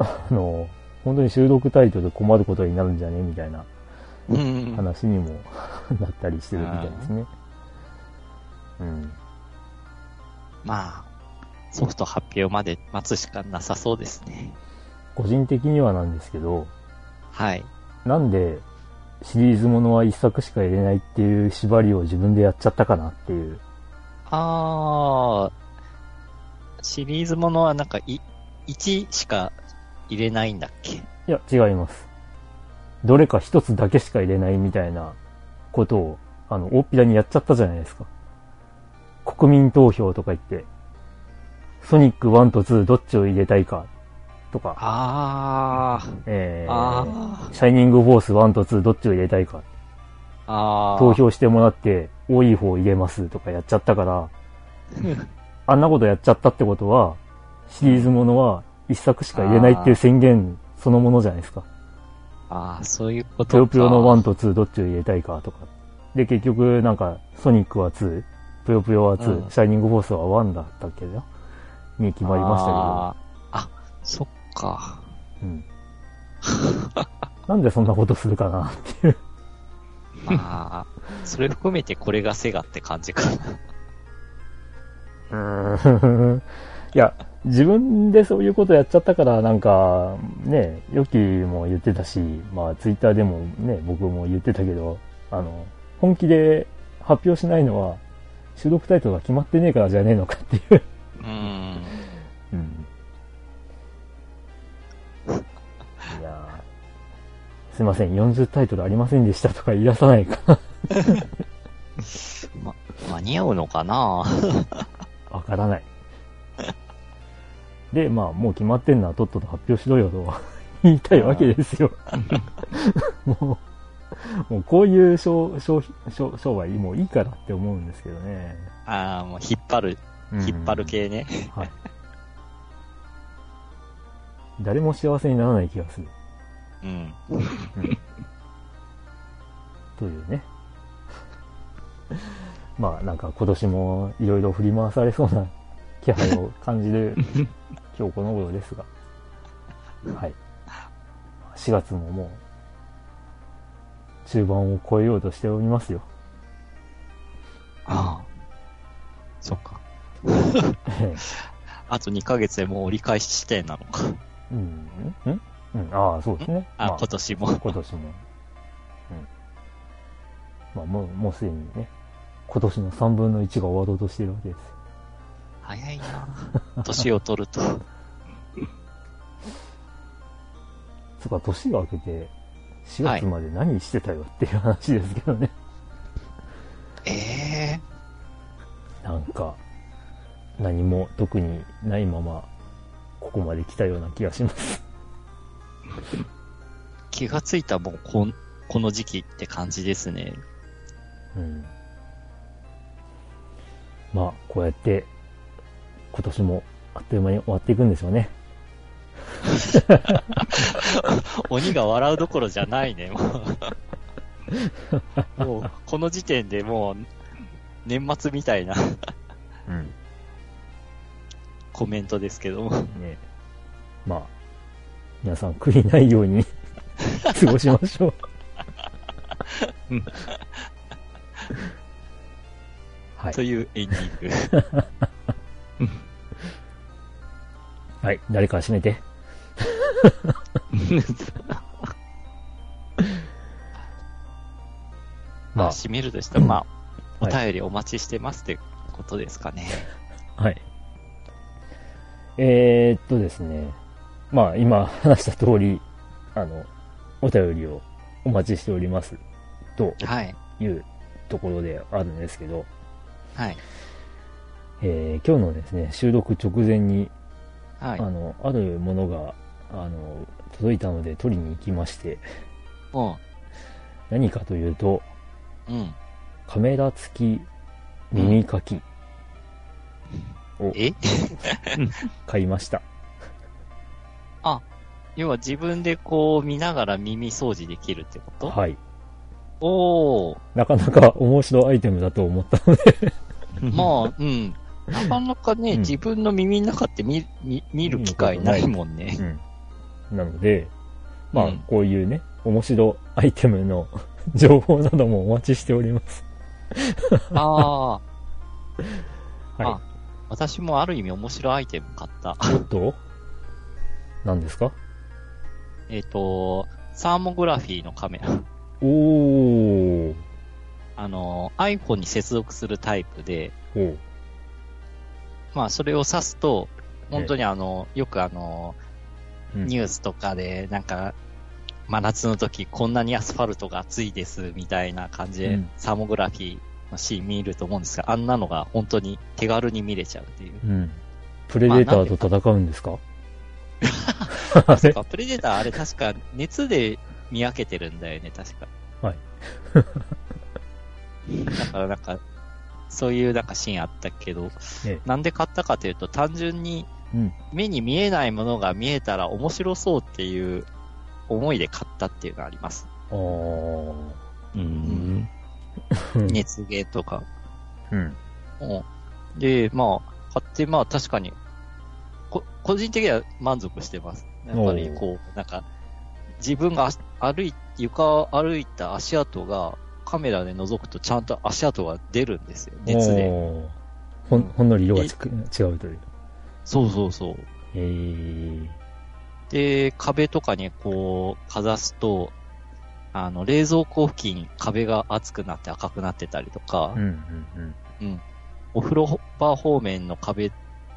Speaker 3: あの、本当に収録タイトル困ることになるんじゃねみたいな
Speaker 1: うん。
Speaker 3: 話にも なったりしてるみたいですね。うん。
Speaker 1: まあ、ソフト発表まで待つしかなさそうですね。
Speaker 3: 個人的にはなんですけど、
Speaker 1: はい。
Speaker 3: なんでシリーズものは一作しか入れないっていう縛りを自分でやっちゃったかなっていう。
Speaker 1: あー、シリーズものはなんかい、1しか入れないんだっけ
Speaker 3: いや、違います。どれか一つだけしか入れないみたいなことを、あの、大っぴらにやっちゃったじゃないですか。国民投票とか言って、ソニック1と2どっちを入れたいかとか、
Speaker 1: あー、
Speaker 3: え
Speaker 1: あ
Speaker 3: ー、
Speaker 1: ー、
Speaker 3: シャイニングフォース1と2どっちを入れたいか、
Speaker 1: あー。
Speaker 3: 投票してもらって多い方入れますとかやっちゃった から、あんなことやっちゃったってことは、シリーズものは一作しか入れないっていう宣言そのものじゃないですか。
Speaker 1: あー、そういうことか。
Speaker 3: ぷよぷよの1と2どっちを入れたいかとか。で、結局、なんか、ソニックは2、ぷよぷよは2、
Speaker 1: うん
Speaker 3: シャイニングフォースは1だったっけなに決まりましたけど。
Speaker 1: あーあ、そっか。
Speaker 3: うん。 なんでそんなことするかな っていう。
Speaker 1: まあ、それ含めてこれがセガって感じかな。
Speaker 3: いや、自分でそういうことやっちゃったから、なんか、ね、ヨキも言ってたし、まあ、ツイッターでもね、僕も言ってたけど、あの、本気で発表しないのは、収録タイトルが決まってねえからじゃねえのかっていう。
Speaker 1: うん。
Speaker 3: うん。いやーすいません、40タイトルありませんでしたとか言い出さないか。
Speaker 1: ま、間に合うのかな
Speaker 3: わからない。で、まあ、もう決まってんならとっとと発表しろよと言いたいわけですよ。 もう、もうこういう商商商商売もういいからって思うんですけどね。
Speaker 1: ああ、もう引っ張る、引っ張る系ね。
Speaker 3: はい。誰も幸せにならない気がする。
Speaker 1: うん。
Speaker 3: というね。 まあなんか今年もいろいろ振り回されそうな気配を感じ る今日この頃ですが。はい。4月ももう中盤を超えようとしておりますよ。
Speaker 1: ああ。そっか。
Speaker 3: え
Speaker 1: あと2ヶ月でもう折り返し地点なのか。
Speaker 3: えうん。うんうん。ああ、そうですね。
Speaker 1: あ、
Speaker 3: ま
Speaker 1: 今年も。
Speaker 3: 今年も。うん。まあもう、もうすでにね、今年の3分の1が終わろうとしているわけです。
Speaker 1: 早いな。年を取ると。
Speaker 3: そっか、年が明けて、4月まで何してたよっていう話ですけどね。
Speaker 1: ええ
Speaker 3: なんか、何も特にないまま、ここまで来たような気がします。
Speaker 1: 気がついたもうこん、この時期って感じですね。
Speaker 3: うん。まあ、こうやって、今年もあっという間に終わっていくんでしょうね。
Speaker 1: 鬼が笑うどころじゃないね、も う。もう、この時点でもう、年末みたいな
Speaker 3: うん。
Speaker 1: コメントですけども。
Speaker 3: ねまあ、皆さん悔いないよう に過ごしましょう。うんはい
Speaker 1: と。いうエンディング。
Speaker 3: はい。誰か閉めて。 ま
Speaker 1: まあ、締めるとしたら、まあ、お
Speaker 3: はい
Speaker 1: 便りお待ちしてますってことですかね。
Speaker 3: あ、はい。えー、っとですね。まあ、今話した通り、あの、お便りをお待ちしております。と
Speaker 1: はい。
Speaker 3: いうところであるんですけど、
Speaker 1: はい。
Speaker 3: えー今日のですね、収録直前に、
Speaker 1: はい。
Speaker 3: あの、あるものが、あの、届いたので取りに行きまして、
Speaker 1: も
Speaker 3: 何かというと、
Speaker 1: う、うん。
Speaker 3: カメラ付き耳かき
Speaker 1: え
Speaker 3: 買いました。
Speaker 1: 要は自分でこう見ながら耳掃除できるってこと
Speaker 3: はい。
Speaker 1: おー。
Speaker 3: なかなか 面白いアイテムだと思ったので、
Speaker 1: まあ、うん。なかなかね、
Speaker 3: うん
Speaker 1: 自分の耳の中って見見見る機会ないもんね。
Speaker 3: なので、まあ
Speaker 1: うん、
Speaker 3: こういうね、面白アイテムの 情報などもお待ちしております。
Speaker 1: ああ、
Speaker 3: は
Speaker 1: 私もある意味面白いアイテム買った。
Speaker 3: い。おっと何ですか
Speaker 1: えっと、サーモグラフィーのカメラ。
Speaker 3: おー。
Speaker 1: あの、iPhone に接続するタイプで、
Speaker 3: おう
Speaker 1: まあ、それを挿すと、本当にあの、よくあの、
Speaker 3: うん
Speaker 1: ニュースとかで、なんか、真夏の時こんなにアスファルトが熱いです、みたいな感じで、
Speaker 3: うん
Speaker 1: サーモグラフィーのシーン見ると思うんですが、あんなのが本当に手軽に見れちゃうっていう。
Speaker 3: うん。プレデターと戦うんですか、 あ、
Speaker 1: そっ
Speaker 3: れ
Speaker 1: か、プレデターあれ確か熱で見分けてるんだよね、確か。
Speaker 3: はい。
Speaker 1: だからなんか、そういうなんかシーンあったけど、
Speaker 3: ええ
Speaker 1: なんで買ったかというと単純に
Speaker 3: うん。
Speaker 1: 目に見えないものが見えたら面白そうっていう思いで買ったっていうのがあります。
Speaker 3: あー。
Speaker 2: う
Speaker 3: う
Speaker 2: ん。
Speaker 3: ん
Speaker 1: 熱芸とか。
Speaker 3: うん。
Speaker 1: うん。で、まあ、買って、まあ確かに、こ個人的には満足してます。やっぱりこう、なんか、自分が足歩い、床を歩いた足跡が、カメラで覗くとちゃんと足跡が出るんですよ、熱で。
Speaker 3: おーほん、ほんのり色がちく違うという。
Speaker 1: そうそうそう。
Speaker 3: えー。
Speaker 1: で、壁とかにこう、かざすと、あの、冷蔵庫付近、壁が熱くなって赤くなってたりとか、
Speaker 3: うんうん
Speaker 1: お風呂場方面の壁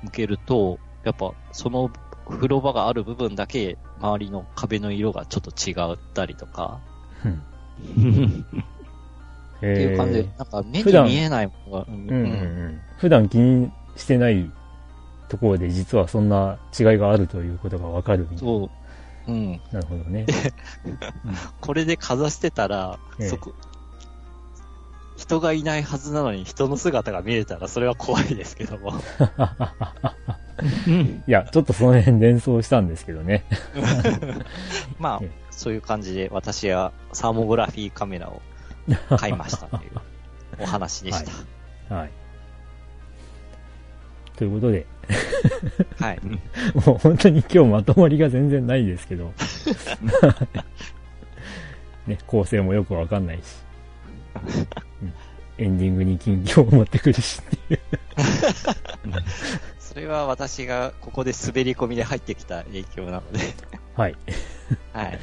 Speaker 1: 向けると、やっぱその風呂場がある部分だけ周りの壁の色がちょっと違ったりとか、
Speaker 3: うん。って
Speaker 1: っていう感じで、なんか目
Speaker 3: 普
Speaker 1: に
Speaker 3: 段
Speaker 1: 見えないものが、うん
Speaker 3: うんうんうん、普段気にしてないところで実はそんな違いがあるということがわかるみたい
Speaker 1: そう、うん、
Speaker 3: な。なるほどね。
Speaker 1: これでかざしてたら、
Speaker 3: ええ
Speaker 1: そこ、人がいないはずなのに人の姿が見えたらそれは怖いですけ ども。
Speaker 3: いや、ちょっとその辺連想したんですけどね。
Speaker 1: まあ
Speaker 3: ええ、
Speaker 1: そういう感じで私はサーモグラフィーカメラ を買いましたというお話でした。
Speaker 3: はい。ということで、
Speaker 1: はい。
Speaker 3: もう本当に今日まとまりが全然ないですけど。 ね、構成もよくわかんないし。うんエンディングに近況を持ってくるし っていう
Speaker 1: それは私がここで滑り込みで入ってきた影響なので。
Speaker 3: はい。
Speaker 1: はい。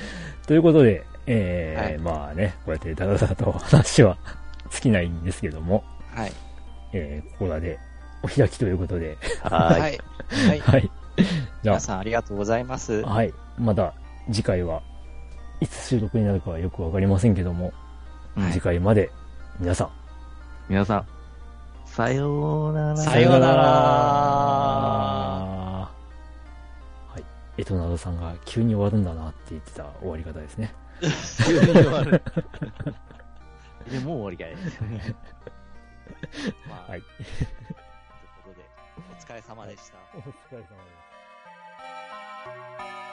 Speaker 3: ということで、えー
Speaker 1: はい
Speaker 3: まあね、こうやってダラダラと話は 尽きないんですけども、
Speaker 1: はい。
Speaker 3: えーここらでお開きということで、
Speaker 2: はーい。
Speaker 1: い。はい。
Speaker 3: はい。じゃ
Speaker 1: 皆さんありがとうございます
Speaker 3: あ、。はい、また次回はいつ収録になるかはよくわかりませんけども、
Speaker 2: うん
Speaker 3: 次回まで皆さん、
Speaker 2: 皆さん、さようなら。
Speaker 1: さようなら
Speaker 3: はい。エトナドさんが急に終わるんだなって言ってた終わり方ですね。
Speaker 2: で、もう終わりかい。
Speaker 1: まあ
Speaker 3: はい
Speaker 1: ということで、お疲れ様でした。
Speaker 3: お疲れ様です。